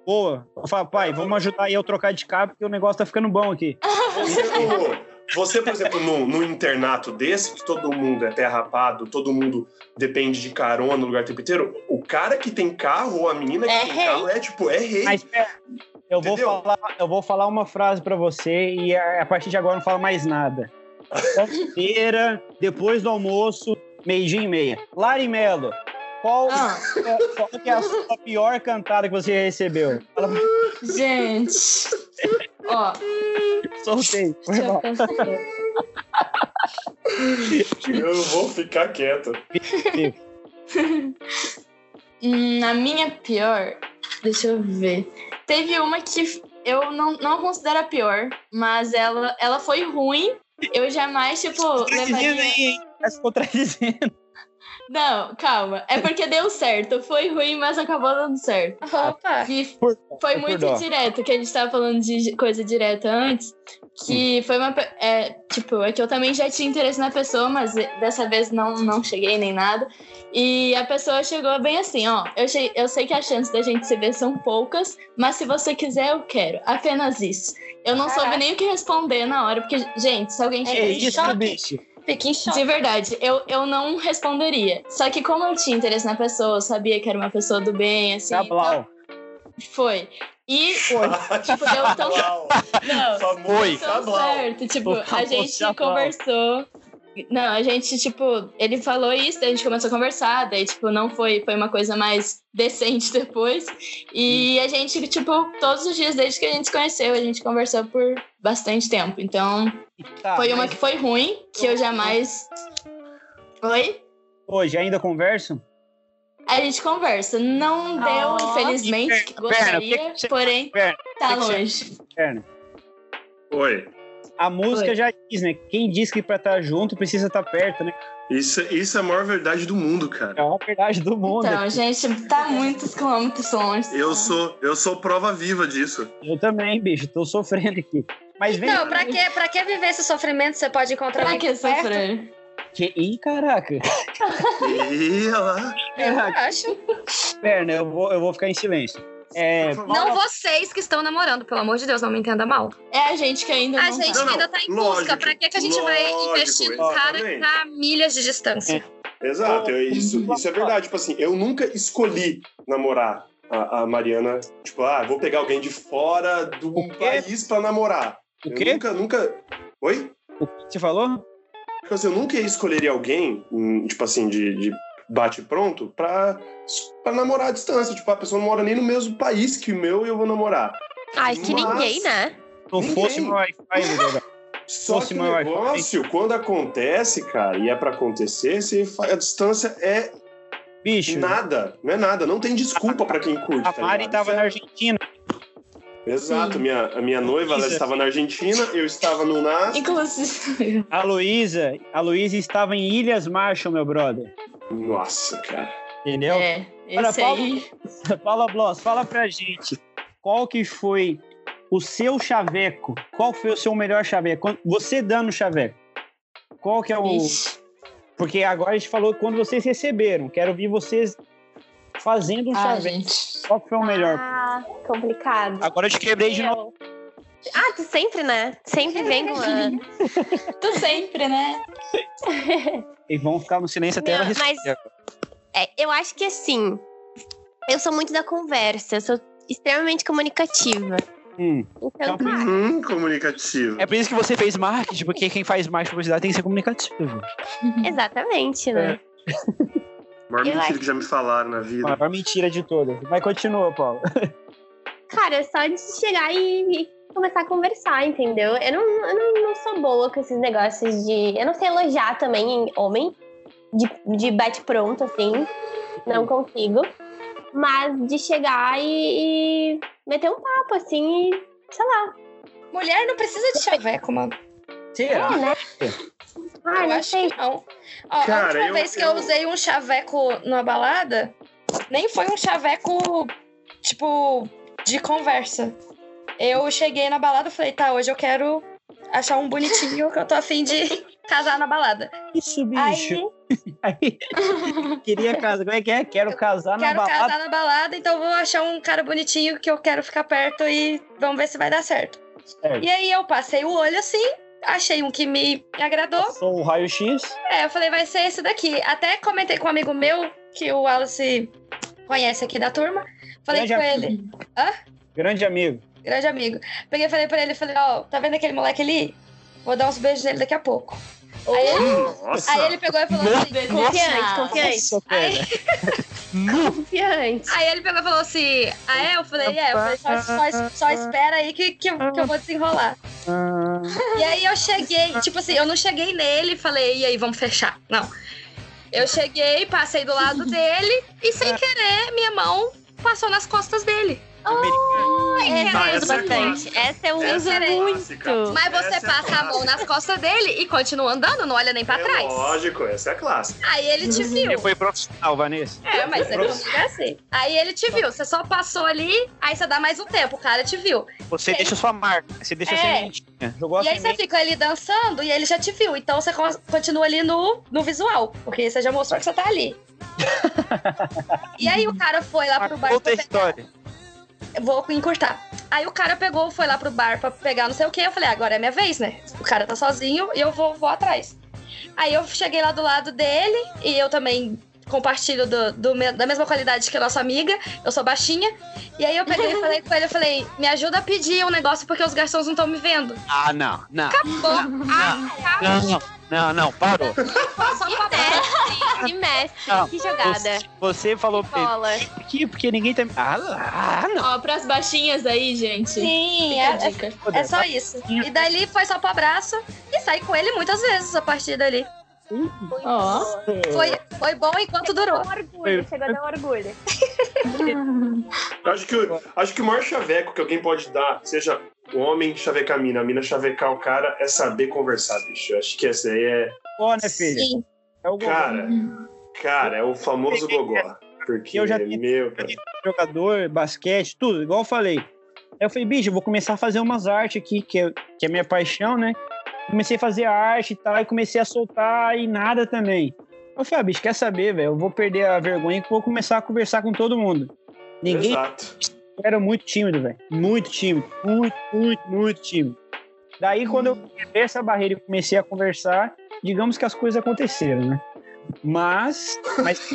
B: boa. Eu falo, pai, vamos ajudar aí eu trocar de carro, porque o negócio tá ficando bom aqui.
E: Você, o- você, por exemplo, num, num internato desse, que todo mundo é terrapado, todo mundo depende de carona no lugar o tempo inteiro, o cara que tem carro, ou a menina que
C: É
E: tem
C: rei.
E: carro, é tipo, é rei.
B: Mas pera, eu vou,
E: Entendeu?
B: falar, eu vou falar uma frase pra você e a, a partir de agora eu não falo mais nada. Feira, depois do almoço, meio-dia e meia. Lari Melo, qual,
F: Ah.
B: é- qual que é a sua pior cantada que você recebeu? Fala pra mim,
F: Gente. Ó,
B: soltei. Foi
F: deixa eu
B: mal.
F: pensar.
B: tipo,
E: Eu vou ficar quieto.
F: Hum, a minha pior, deixa eu ver. Teve uma que eu não, não considero a pior, mas ela, ela foi ruim. Eu jamais, tipo,
B: Contradizendo
F: levaria.
B: aí, hein? Tá se contradizendo.
F: Não, calma. É porque deu certo. Foi ruim, mas acabou dando certo.
J: Opa!
F: Que
B: Por-
F: foi
B: por
F: muito
B: dó.
F: direto, que a gente tava falando de coisa direta antes. Que foi uma. pe- É, tipo, é que eu também já tinha interesse na pessoa, mas dessa vez não, não cheguei nem nada. E a pessoa chegou bem assim: ó, eu, che- eu sei que as chances da gente se ver são poucas, mas se você quiser, eu quero. Apenas isso. Eu não
J: Caraca.
F: soube nem o que responder na hora, porque, gente, se alguém
J: É
B: É
F: chega
B: isso,
J: choque.
B: bicho.
J: Fiquei em choque.
F: de verdade, eu, eu não responderia. Só que como eu tinha interesse na pessoa, eu sabia que era uma pessoa do bem, assim.
B: Cablau.
F: então- foi. E, tipo, deu tão...
E: Uau,
F: Não,
E: famoso
H: Foi.
F: deu tão
E: Sablau.
F: Então, certo. Tipo,
B: Foi.
F: a gente
B: Sablau.
F: conversou... Não, a gente, tipo, ele falou isso, daí a gente começou a conversar, daí, tipo, não foi, foi uma coisa mais decente depois. E
H: Hum.
F: a gente, tipo, todos os dias, desde que a gente se conheceu, a gente conversou por bastante tempo. Então,
H: Ah,
B: Tá,
F: foi uma
B: mas
F: que foi ruim, que eu jamais. Oi?
B: Hoje ainda converso?
F: A gente conversa. Não
J: Ah,
F: deu, infelizmente, que
H: Perna,
F: gostaria,
H: o que que você-
F: porém,
H: Perna,
F: tá
H: o que que você-
F: longe.
B: Inferno.
E: Oi.
B: A música
F: Foi.
B: já diz, né? Quem diz que pra estar junto precisa estar perto, né?
E: Isso, isso é a maior verdade do mundo, cara.
B: É uma verdade do mundo.
F: Então, gente, tá muitos quilômetros longe.
E: Eu sou, eu sou prova viva disso.
B: Eu também, bicho, tô sofrendo aqui. Mas vem.
F: Então.
J: Não, pra que, pra que viver esse sofrimento? Você pode encontrar
F: Pra
J: alguém
F: que
J: perto?
F: sofrer?
B: Que... Ih, caraca.
E: E ela.
J: Eu acho.
B: Perna, eu vou, eu vou ficar em silêncio. É,
K: Não vocês que estão namorando, pelo amor de Deus, não me entenda mal.
F: É a gente que ainda
K: A
F: não
K: gente
F: tá.
K: que ainda tá em
E: Lógico,
K: busca. Pra que, que a gente vai
E: lógico,
K: investir num cara que tá a milhas de distância?
E: Exato, eu- isso, isso é verdade. Tipo assim, eu nunca escolhi namorar a, a Mariana. Tipo, ah, vou pegar alguém de fora do país pra namorar.
B: O
E: Eu nunca, nunca. Oi?
B: O que você falou?
E: Tipo assim, eu nunca escolheria alguém, hum, tipo assim, de, de bate-pronto, pra, pra namorar à distância. Tipo, a pessoa não mora nem no mesmo país que o meu e eu vou namorar.
C: Ai, que
E: Mas-
C: ninguém, né?
B: se não fosse meu Wi-Fi, meu Deus.
E: Só
B: Fosse
E: que o
B: maior,
E: negócio, quando acontece, cara, e é pra acontecer, você fa- a distância é
B: Bicho,
E: nada. Não é nada. Não tem desculpa pra quem curte.
B: a
E: tá
B: Mari
E: ligado?
B: tava na Argentina.
E: Exato, minha, a minha noiva ela
B: Isso.
E: estava na Argentina, eu estava no NAS.
F: Inclusive.
B: A Luísa, a Luísa estava em Ilhas Marshall, meu brother.
E: Nossa, cara.
B: Entendeu?
F: É,
B: Olha,
F: esse
B: Paulo-
F: aí.
B: Paula Bloss, fala pra gente qual que foi o seu chaveco? Qual foi o seu melhor chaveco? Quando- Você dando chaveco. Qual que é o.
F: Ixi.
B: Porque agora a gente falou quando vocês receberam. Quero ouvir vocês fazendo um
F: Ah,
B: chaveco.
F: gente.
B: Qual que foi o melhor?
C: Ah, complicado.
L: Agora eu te quebrei de novo.
C: Eu. Ah, tu sempre, né? Sempre vem com a...
F: Tu sempre, né?
B: E vão ficar no silêncio até
C: Não,
L: Ela respondeu.
C: É, eu acho que assim, eu sou muito da conversa, eu sou extremamente comunicativa.
B: Hum.
C: Então,
B: Então,
C: cara,
E: Hum, comunicativo.
L: É por isso que você fez marketing, porque quem faz mais publicidade tem que ser comunicativo.
C: exatamente, né? eu
E: Maior mentira
C: acho-
E: que já me falaram na vida.
B: Maior mentira de todas. Mas continua, Paula.
C: Cara, é só de chegar e, e começar a conversar, entendeu? Eu, não, eu não, não sou boa com esses negócios de. Eu não sei elogiar também em homem, de, de bate-pronto, assim. Não consigo. Mas de chegar e, e meter um papo, assim, e. Sei lá.
A: Mulher não precisa de chaveco, mano.
B: Será?
C: Ah,
A: eu
C: não
A: acho
C: sei.
A: que não. Ó,
E: Cara,
A: a última
E: eu-
A: vez que eu
E: eu-
A: usei um chaveco numa balada, nem foi um chaveco, tipo, de conversa. Eu cheguei na balada e falei, tá, hoje eu quero achar um bonitinho que eu tô afim de casar na balada.
B: Isso, bicho.
A: Aí,
B: Queria casar. Como é que é? Quero casar na
A: quero
B: balada.
A: casar na balada, então vou achar um cara bonitinho que eu quero ficar perto e vamos ver se vai dar certo.
B: Certo.
A: E aí eu passei o olho assim, achei um que me agradou,
B: Passou o raio-x.
A: É, eu falei, vai ser esse daqui. Até comentei com um amigo meu, que o Wallace conhece aqui da turma. Falei
B: Grande
A: com
B: amigo.
A: ele,
B: Grande amigo.
A: grande amigo. Peguei e falei pra ele, falei, ó, tá vendo aquele moleque ali? Vou dar uns beijos nele daqui a pouco. Aí, ele,
E: Nossa!
A: aí ele pegou e falou assim...
C: Confiante, confiante,
B: Nossa, cara.
C: confiante.
A: Aí ele pegou e falou assim, ah é? Eu falei, é, eu falei, só, só- só espera aí que, que, eu- que eu vou desenrolar.
B: Ah,
A: E aí eu cheguei, tipo assim, eu não cheguei nele e falei, e aí, vamos fechar. Não. Eu cheguei, passei do lado dele e sem querer, minha mão passou nas costas dele. assim.
C: Essa
E: Ah,
C: eu uso
E: essa é
C: bastante. Essa eu
E: Essa
C: uso
E: é clássica.
C: muito.
A: Mas você
E: Essa é
A: passa a mão
E: clássica.
A: nas costas dele e continua andando, não olha nem pra
E: É
A: trás.
E: Lógico, essa é a clássica.
A: Aí ele te viu.
L: Você foi profissional, Vanessa.
A: É, mas é comigo é assim. Aí ele te viu, você só passou ali, aí você dá mais um tempo, o cara te viu.
L: Você
A: Sim.
L: deixa sua marca, você deixa
A: É.
L: sua sementinha.
B: eu gosto
A: E aí
B: de
A: você fica ali dançando e ele já te viu. Então você con- continua ali no, no visual, porque você já mostrou que você tá ali. e aí o cara foi lá pro bar.
L: Outra
A: pra pegar-
L: história.
A: Vou encurtar. Aí o cara pegou, foi lá pro bar pra pegar não sei o que. Eu falei, agora é minha vez, né? O cara tá sozinho e eu vou, vou atrás. Aí eu cheguei lá do lado dele e eu também compartilho do, do me- da mesma qualidade que a nossa amiga. Eu sou baixinha. E aí eu peguei e falei com ele, eu falei, me ajuda a pedir um negócio porque os garçons não estão me vendo.
L: Ah, não, não.
A: Acabou.
L: Não, não, não, não, parou.
A: Ah, só pra
C: Que mestre,
L: Não,
C: que jogada.
L: Você, você falou pra ele,
C: Bola.
L: aqui porque ninguém tá. Ah, lá, ah, não.
F: Ó, pras baixinhas aí, gente.
A: Sim,
F: Fica a
A: é,
F: dica.
A: é só isso. E dali foi só pro abraço e saí com ele muitas vezes a partir dali.
F: Ó.
A: Foi, foi bom enquanto durou.
C: orgulho, chegou a dar um orgulho.
E: Eu Acho que, o- acho que o maior chaveco que alguém pode dar, seja o homem chavecar a mina, a mina chavecar o cara, é saber conversar, bicho. Eu Acho que essa aí é.
B: Ó, né, filha? É o gol.
E: Cara, cara, é o famoso gogó. Porque,
B: Eu já-
E: meu, cara.
B: jogador, basquete, tudo, igual eu falei. Aí eu falei, bicho, eu vou começar a fazer umas artes aqui, que é, que é minha paixão, né? Comecei a fazer arte e tal, e comecei a soltar e nada também. Eu falei, ah, bicho, quer saber, velho? Eu vou perder a vergonha e vou começar a conversar com todo mundo. Ninguém
E: Exato.
B: Eu era muito tímido, velho. Muito tímido. Muito, muito, muito tímido. Daí, quando eu quebrei essa barreira e comecei a conversar, digamos que as coisas aconteceram, né? Mas. mas...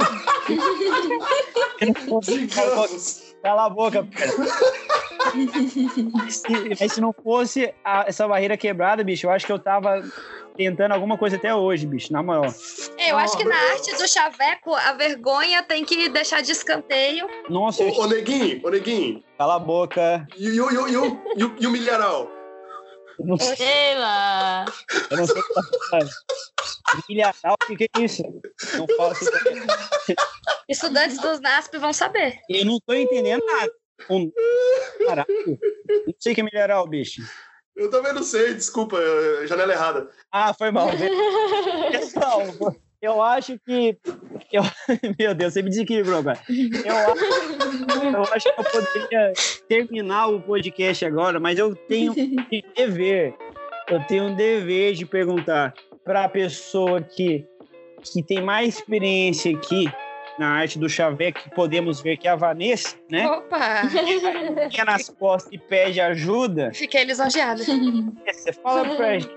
B: Eu não consigo- Cala a boca. Cala a boca, pera. Se- Mas se não fosse a- essa barreira quebrada, bicho, eu acho que eu tava tentando alguma coisa até hoje, bicho, na moral.
A: É, eu acho que na arte do chaveco, a vergonha tem que deixar de escanteio.
B: Nossa,
E: ô, ô, neguinho, ô neguinho.
B: Cala a boca.
E: E, o- e, o- e, o- e, o- e o milharal?
B: Eu não sei,
M: Sei lá.
B: eu não sei o que tá falando. Milharal, o que, que é isso? Não assim posso.
A: Estudantes dos NASP vão saber.
B: Eu não tô entendendo nada. Um- Caralho. Não sei o que é milharal, bicho.
E: Eu também não sei, desculpa, eh, janela errada.
B: Ah, foi mal. Pessoal, eu acho que. Eu... Meu Deus, você me desequilibrou agora. Eu acho... eu acho que eu poderia terminar o podcast agora, mas eu tenho um dever. Eu tenho um dever de perguntar para a pessoa que, que tem mais experiência aqui na arte do chaveco, que podemos ver que é a Vanessa, né?
A: Opa!
B: Que é nas costas e pede ajuda.
A: Fiquei lisonjeada.
B: Você Fala pra gente,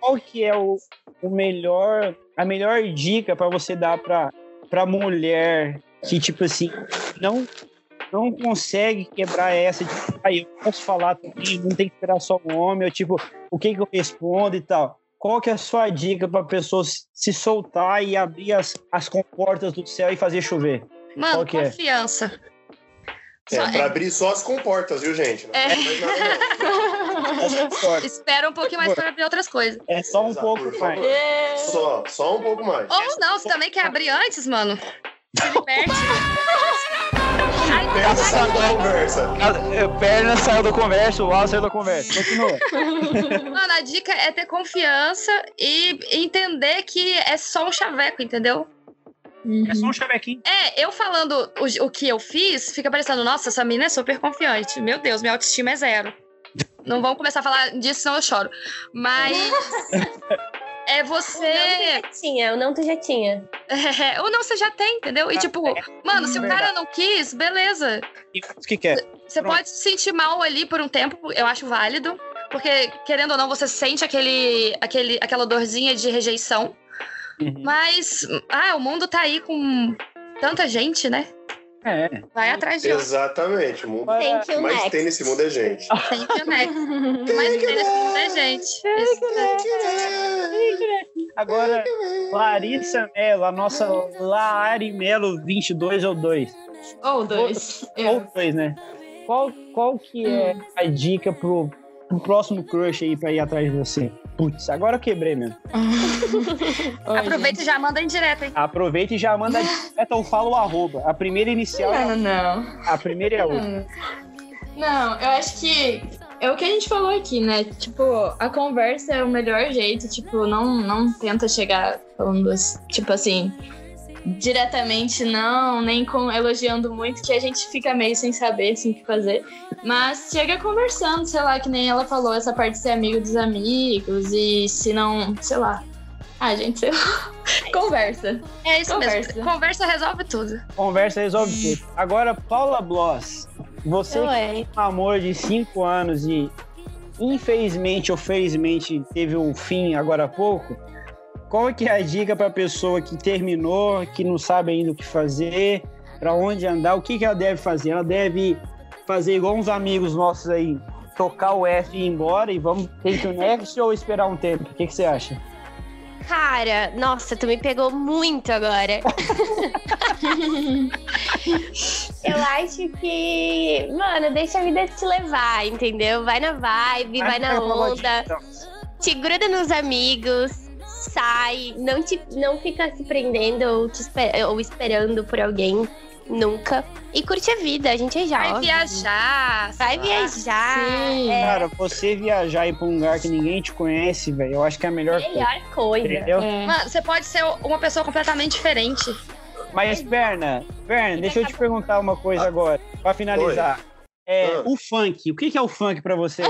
B: qual que é o, o melhor, a melhor dica pra você dar pra, pra mulher que, tipo assim, não, não consegue quebrar essa de, ah, eu posso falar também, não tem que esperar só um homem, ou tipo, o que que eu respondo e tal. Qual que é a sua dica pra pessoa se- se soltar e abrir as, as comportas do céu e fazer chover?
A: Mano,
B: qual que é?
A: confiança.
E: É,
A: Só-
E: pra abrir só as comportas, viu, gente? Não
A: É.
E: faz nada, não.
A: Espera um pouquinho mais para abrir outras coisas.
B: É só um
E: pouco
B: mais.
E: Só, só um pouco mais.
A: Ou
B: é
A: não, você também quer abrir antes, mano? Se liberte. Ai,
E: Essa conversa.
B: Ah, Perna saiu da conversa, o Al saiu da conversa. Continua.
A: Mano, a dica é ter confiança e entender que é só um chaveco, entendeu?
B: É só um chavequinho.
A: É, eu falando o, o que eu fiz, fica parecendo, nossa, essa mina é super confiante. Meu Deus, minha autoestima é zero. Não vamos começar a falar disso, senão eu choro. Mas. é você.
C: Eu já tinha, eu não tu já tinha.
A: É, ou não, você já tem, entendeu? E tipo, mano, se o cara não quis, beleza.
B: O que que é?
A: Você pode se sentir mal ali por um tempo, eu acho válido. Porque, querendo ou não, você sente aquele, aquele, aquela dorzinha de rejeição. Mas, ah, o mundo tá aí com tanta gente, né?
B: É.
A: Vai atrás de outro.
E: Exatamente. O mundo
A: Thank you,
E: mais
A: next.
E: tem nesse mundo é gente.
A: Thank you, next. Mas tem nesse mundo é gente.
B: Agora, Larissa Mello, a nossa Lari Mello 22 ou 2.
N: Ou dois.
F: É.
B: Ou 2, né? Qual, qual que é a dica pro, pro próximo crush aí pra ir atrás de você? Putz, agora eu quebrei mesmo.
C: é.
A: Aproveita e já manda em direto, hein?
B: Aproveita e já manda direto ou fala o arroba. A primeira inicial.
N: Não, não.
B: A primeira é a outra.
F: Hum. Não, eu acho que é o que a gente falou aqui, né? Tipo, a conversa é o melhor jeito, tipo, não, não tenta chegar falando, as- tipo assim, diretamente não, nem com elogiando muito, que a gente fica meio sem saber, assim, o que fazer. Mas chega conversando, sei lá, que nem ela falou, essa parte de ser amigo dos amigos e se não, sei lá. Ah, gente, sei lá. Conversa.
A: É isso
F: Conversa.
A: mesmo. Conversa resolve tudo.
B: Conversa resolve tudo. Agora, Paula Bloss, você que tem um amor de 5 anos e infelizmente ou felizmente teve um fim agora há pouco, qual que é a dica para pessoa que terminou, que não sabe ainda o que fazer, para onde andar, o que, que ela deve fazer? Ela deve fazer igual uns amigos nossos aí, tocar o F e ir embora e vamos take o next ou esperar um tempo? O que, que você acha?
C: Cara, nossa, tu me pegou muito agora. Eu acho que, mano, deixa a vida te levar, entendeu? Vai na vibe, vai na onda, te gruda nos amigos, sai, não, te, não fica se prendendo ou, te espe- ou esperando por alguém, nunca. E curte a vida, a gente é jovem. Vai
A: viajar.
C: Vai viajar. é
B: Cara, você viajar e ir pra um lugar que ninguém te conhece, velho, eu acho que é a melhor,
C: melhor coisa.
B: Entendeu?
A: Mano, você pode ser uma pessoa completamente diferente.
B: Mas, Perna, Perna, deixa eu te perguntar uma coisa agora, pra finalizar. É, O funk, o que que é o funk pra você?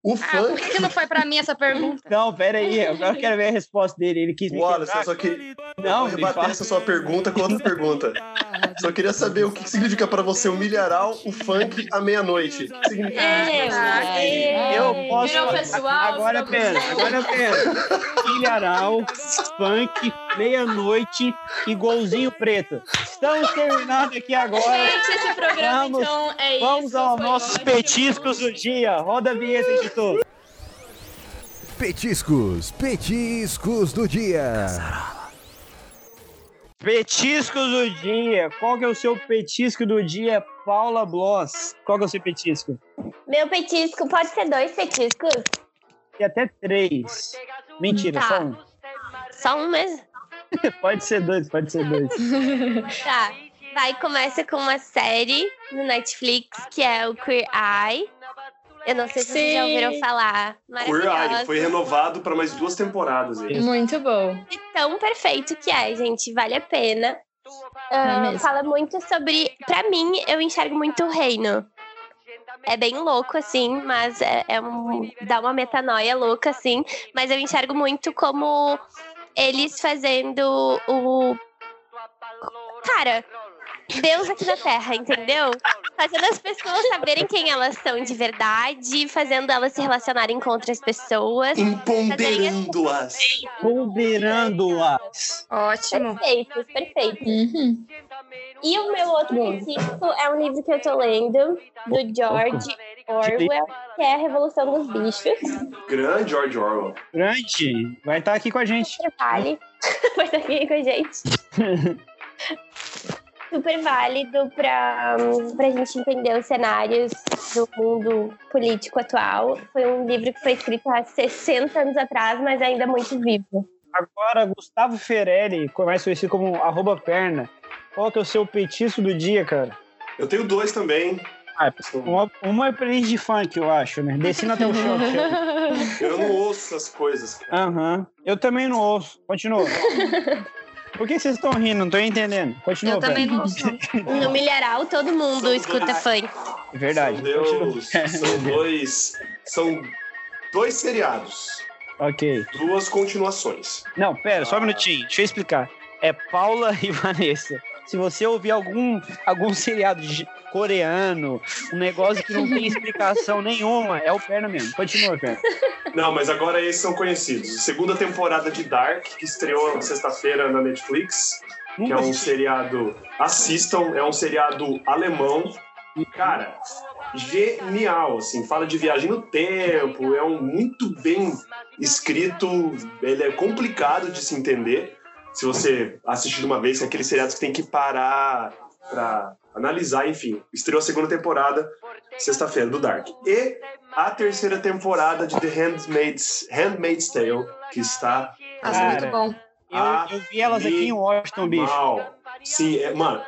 E: o
A: Ah, por que, que não foi pra mim essa pergunta?
B: Não, pera aí, agora eu quero ver a resposta dele. Ele quis me
E: Wallace,
B: quebrar.
E: eu só queria
B: Não,
E: rebater essa sua pergunta com outra pergunta. Só queria saber o que significa pra você o milharal, o funk à meia-noite. O que significa
A: É,
E: isso pra você?
B: Eu posso.
E: Virou pessoal,
B: agora
E: virou
B: pera,
E: pessoal.
B: agora pera. Milharal, funk, meia-noite e golzinho preto. Estamos terminando aqui agora.
O: Gente, esse programa, então, é
B: Vamos
O: isso,
B: aos
O: foi
B: nossos
O: ótimo.
B: petiscos do dia. Roda a vinheta, editor.
P: Petiscos, petiscos do dia.
B: Petiscos do dia. Qual que é o seu petisco do dia, Paula Bloss? Qual que é o seu petisco?
C: Meu petisco, pode ser dois petiscos?
B: Tem até três. Mentira,
C: Tá.
B: só um.
C: Só um mesmo?
B: Pode ser dois, pode ser dois.
C: tá. Vai, começa com uma série no Netflix que é o Queer Eye. Eu não sei se vocês já
F: Sim.
C: ouviram falar.
E: Queer
C: Maravilhosa.
E: Eye foi renovado pra mais duas temporadas. aí.
F: Muito bom.
C: E tão perfeito que é, gente. Vale a pena. Ah,
F: mesmo.
C: fala muito sobre. Pra mim, eu enxergo muito o reino. É bem louco, assim, mas é, é um, dá uma metanoia louca, assim. Mas eu enxergo muito como eles fazendo o. Cara, Deus aqui na Terra, entendeu? Fazendo as pessoas saberem quem elas são de verdade, fazendo elas se relacionarem com outras pessoas. fazerem as
E: Ponderando-as.
B: Ponderando-as.
A: Ótimo.
C: Perfeitos, perfeitos.
F: Uhum.
C: E o meu outro petisco é um livro que eu tô lendo, do George Orwell, que é A Revolução dos Bichos.
E: Grande George Orwell.
B: Grande, vai estar aqui com a gente.
C: Vale. Vai estar aqui com a gente. Super válido pra, pra gente entender os cenários do mundo político atual. Foi um livro que foi escrito há 60 anos atrás, mas ainda muito vivo.
B: Agora, Gustavo Ferelli, mais conhecido como arroba perna. Qual que é o seu petisco do dia, cara?
E: Eu tenho dois também.
B: Ah, uma, uma é playlist de funk, eu acho, né? Descendo até o chão. chega.
E: Eu não ouço essas coisas, cara.
B: Aham. Eu também não ouço. Continua. Por que vocês estão rindo? Não tô entendendo. Continua,
C: Eu também
B: velho.
C: não ouço. No milharal, todo mundo escuta funk.
B: Verdade.
E: São, Deus, são dois. São dois seriados.
B: Ok.
E: Duas continuações.
B: Não, pera,
E: Ah.
B: só um minutinho. Deixa eu explicar. É Paula e Vanessa. Se você ouvir algum, algum seriado de- coreano, um negócio que não tem explicação nenhuma, é o perna mesmo. Continua, perna.
E: Não, mas agora esses são conhecidos. Segunda temporada de Dark, que estreou na sexta-feira na Netflix, que é um seriado. Assistam, é um seriado alemão. E, cara, genial, assim, fala de viagem no tempo, é um muito bem escrito, ele é complicado de se entender. Se você assistir de uma vez, é aquele seriado que tem que parar pra analisar, enfim. Estreou a segunda temporada, sexta-feira, do Dark. E a terceira temporada de The Handmaid's, Handmaid's Tale, que está.
B: Nossa, muito bom. Eu, eu vi
E: Ah,
B: elas aqui em Washington, bicho.
E: Animal. Sim, é, mano,
B: né?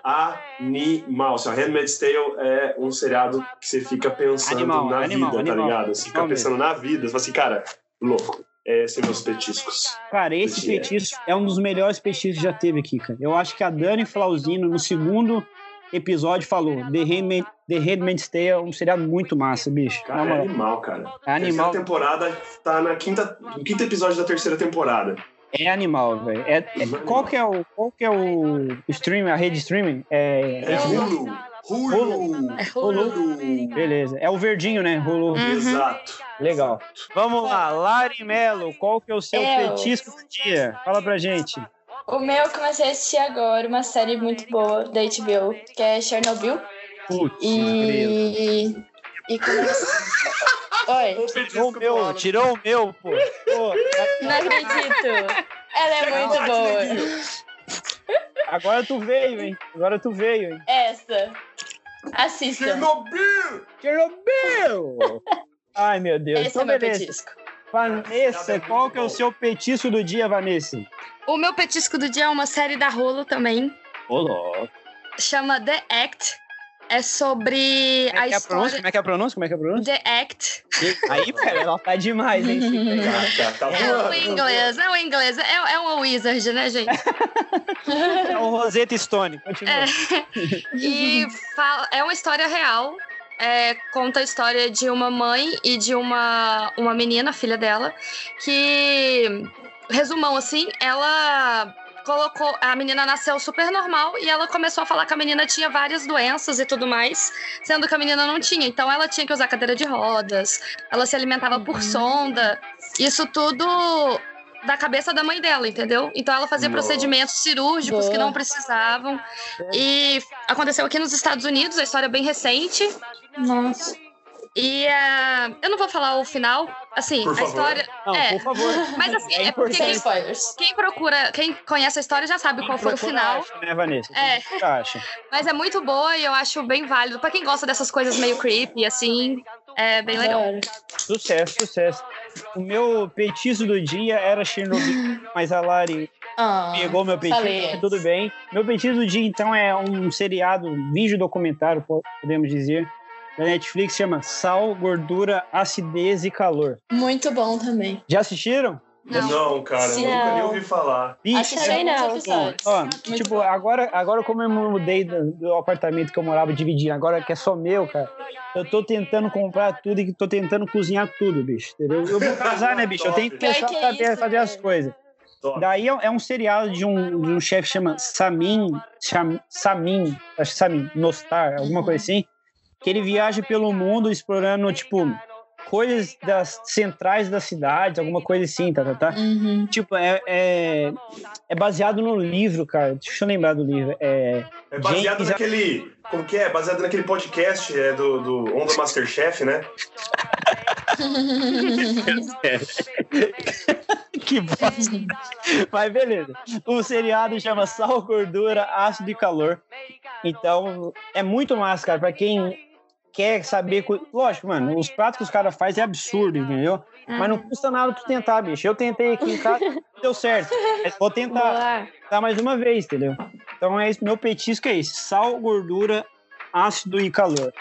E: animal. Assim, ó, Handmaid's Tale é um seriado que você fica pensando
B: Animal,
E: na
B: animal,
E: vida,
B: animal.
E: tá ligado? Você fica
B: Animal
E: pensando na vida. Você fala assim, cara, louco. É, são meus petiscos.
B: Cara, esse petisco é um dos melhores petiscos que já teve aqui, cara. Eu acho que a Dani Flauzino, no segundo episódio, falou The Handmaid- The Handmaid's Tale é um seriado muito massa, bicho. Na
E: Cara, é
B: moral.
E: animal, cara.
B: É animal.
E: Terceira temporada tá na quinta, no quinto episódio da terceira temporada.
B: É animal, velho. É, é- qual que é o qual que é o stream, a rede streaming? É,
E: É Hulu. Hulu. Hulu.
B: Beleza. É o verdinho, né? Hulu.
E: Exato.
B: Legal. Vamos lá, Lari Melo, qual que é o seu
F: Eu.
B: petisco do dia? Fala pra gente.
F: O meu eu comecei a assistir agora, uma série muito boa da HBO, que é Chernobyl.
B: Putz,
F: E. E comecei. Oi.
B: Tirou o meu, tirou o meu, pô. Pô,
F: Não acredito. Ela é muito boa.
B: Agora tu veio, hein? Agora tu veio, hein?
F: Essa. Assista.
E: Chernobyl!
B: Chernobyl! Ai, meu Deus.
F: Esse
B: então,
F: é meu
B: beleza.
F: petisco.
B: Vanessa, qual que é o seu petisco do dia, Vanessa?
A: O meu petisco do dia é uma série da Rolo também.
B: Ô, louco.
A: Chama The Act. É sobre
B: Como
A: a
B: é que é a pronúncia?
A: história.
B: Como é que é a pronúncia? Como é que é a pronúncia?
A: The Act.
B: Aí, cara, ela tá demais, hein?
E: Tá, tá
A: É o inglês, é o inglês. É, é uma wizard, né, gente?
B: É o Rosetta Stone. Continua.
A: É. E fala- é uma história real. É, conta a história de uma mãe e de uma, uma menina, filha dela, que, resumão assim, ela colocou. A menina nasceu super normal e ela começou a falar que a menina tinha várias doenças e tudo mais, sendo que a menina não tinha. Então ela tinha que usar cadeira de rodas, ela se alimentava por sonda. Isso tudo da cabeça da mãe dela, entendeu? Então ela fazia
J: Nossa.
A: procedimentos cirúrgicos que não
J: Nossa.
A: precisavam. E aconteceu aqui nos Estados Unidos, a história é bem recente. Nossa. E ah, eu não vou falar o final, assim,
J: Por
A: a
J: favor.
A: história.
J: Não,
A: é,
J: por favor.
A: Mas assim,
J: É
A: é, porque
J: importante.
A: quem, quem procura, quem conhece a história já sabe qual foi o
B: Procura,
A: final.
B: Acha, né, Vanessa?
A: É.
B: Procura, Acha.
A: Mas é muito boa e eu acho bem válido. Pra quem gosta dessas coisas meio creepy, assim, é bem legal.
B: Sucesso, sucesso. O meu petisco do dia era Chernobyl, mas a Lari
F: Ah,
B: pegou meu petisco,
F: falei
B: mas
F: antes.
B: tudo bem. Meu petisco do dia, então, é um seriado, um vídeo documentário, podemos dizer, da Netflix, chama Sal, Gordura, Acidez e Calor.
F: Muito bom também.
B: Já assistiram?
E: Não, cara,
F: Sim.
E: nunca nem
F: Não.
E: ouvi falar.
F: Acho que também não.
B: Ó, é ó, tipo, agora, agora como eu mudei do, do apartamento que eu morava dividindo, agora que é só meu, cara, eu tô tentando comprar tudo e tô tentando cozinhar tudo, bicho. Entendeu? Eu vou casar, né, bicho? Eu tenho que
F: Pior
B: começar
F: que
B: a
F: é
B: saber,
F: isso,
B: fazer as coisas. Daí é, é um seriado de um, de um chefe que chama Samin, Cham- Samin, acho que Samin, Nostar, alguma coisa assim, que ele viaja pelo mundo explorando, tipo, coisas das centrais das cidades, alguma coisa assim, tá, tá, tá? Tipo, é, é, é baseado no livro, cara. Deixa eu lembrar do livro. É,
E: É baseado
B: James-
E: naquele. Como que é? Baseado naquele podcast é, do, do Onda Masterchef, né?
B: que bosta. Mas beleza. O seriado chama Sal, Gordura, Ácido e Calor. Então, é muito massa, cara. Pra quem quer saber... co- Lógico, mano, os pratos que os caras fazem é absurdo, entendeu? Mas não custa nada tu tentar, bicho. Eu tentei aqui em casa, não deu certo. Mas vou tentar, tentar mais uma vez, entendeu? Então, é isso, meu petisco é esse. Sal, gordura, ácido e calor.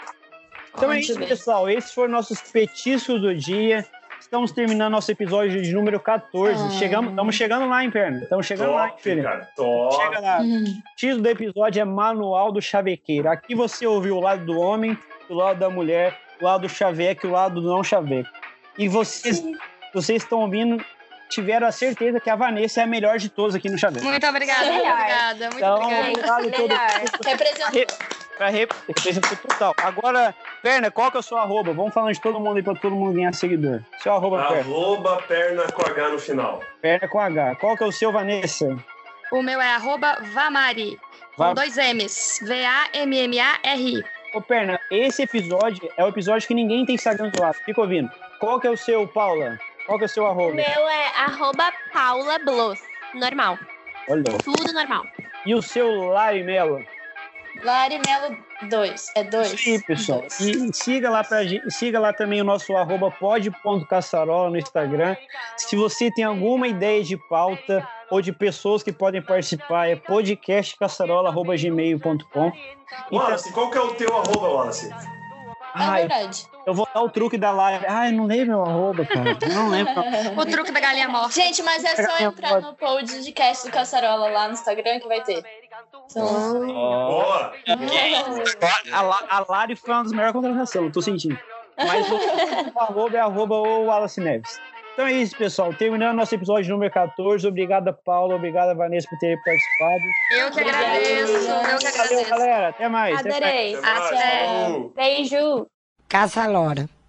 B: Então é
F: Muito
B: isso,
F: bem.
B: pessoal. Esses foram nossos petiscos do dia. Estamos terminando nosso episódio de número 14. Chegamos, estamos chegando lá, hein, Perna? Estamos chegando lá, hein,
E: Top,
B: filho?
E: cara. Top.
B: Chega lá.
F: Hum.
B: O título do episódio é Manual do Chavequeiro. Aqui você ouviu o lado do homem, o lado da mulher, o lado do chaveco e o lado do não chaveco. E vocês, vocês estão ouvindo, tiveram a certeza que a Vanessa é a melhor de todas aqui no chaveco.
A: Muito obrigada,
F: Melhor.
A: muito obrigada, muito
B: Então,
C: É
A: obrigada.
B: obrigado a todos.
F: Representou.
B: Pra representação total. Agora, Perna, qual que é o seu arroba? Vamos falando de todo mundo aí pra todo mundo ganhar seguidor. Seu
E: Ah,
B: arroba, Perna.
E: Arroba perna com H no final.
B: Perna com H. Qual que é o seu, Vanessa?
A: O meu é arroba Vamari.
B: Va-
A: Com dois M's. V-A-M-M-A-R-I.
B: Ô, Perna, esse episódio é o episódio que ninguém tem Instagram do lado. Fica ouvindo. Qual que é o seu, Paula? Qual que é o seu
C: O
B: arroba?
C: meu é arroba Paula Bloss. Normal.
B: Olha.
C: Tudo normal.
B: E o seu Lari Mello?
F: Lari Melo 2. É 2?
B: Sim, pessoal. E siga lá, pra, gente- siga lá também o nosso arroba pod.caçarola no Instagram. Se você tem alguma ideia de pauta ou de pessoas que podem participar, é podcastcaçarola.gmail.com.
E: Wallace, qual que é o teu arroba, Wallace?
B: Ai, eu vou dar o truque da live. Ai, não lembro meu arroba, cara. Eu Não lembro.
A: O truque da galinha morta.
F: Gente, mas é só
B: Galinha
F: entrar no post de cast do Caçarola lá no Instagram que vai ter. Então,
E: Boa!
B: A, La- a Lari foi uma das melhores contratações, eu tô sentindo. Mas o, o arroba é arroba o Wallace Neves. Então é isso, pessoal. Terminando nosso episódio número 14. Obrigada, Paula. Obrigada, Vanessa, por ter participado.
A: Eu que agradeço, eu que agradeço.
B: Valeu, galera. Até mais. Até mais.
C: Adorei.
A: Até mais. Até.
C: Beijo.
Q: Caça Lora.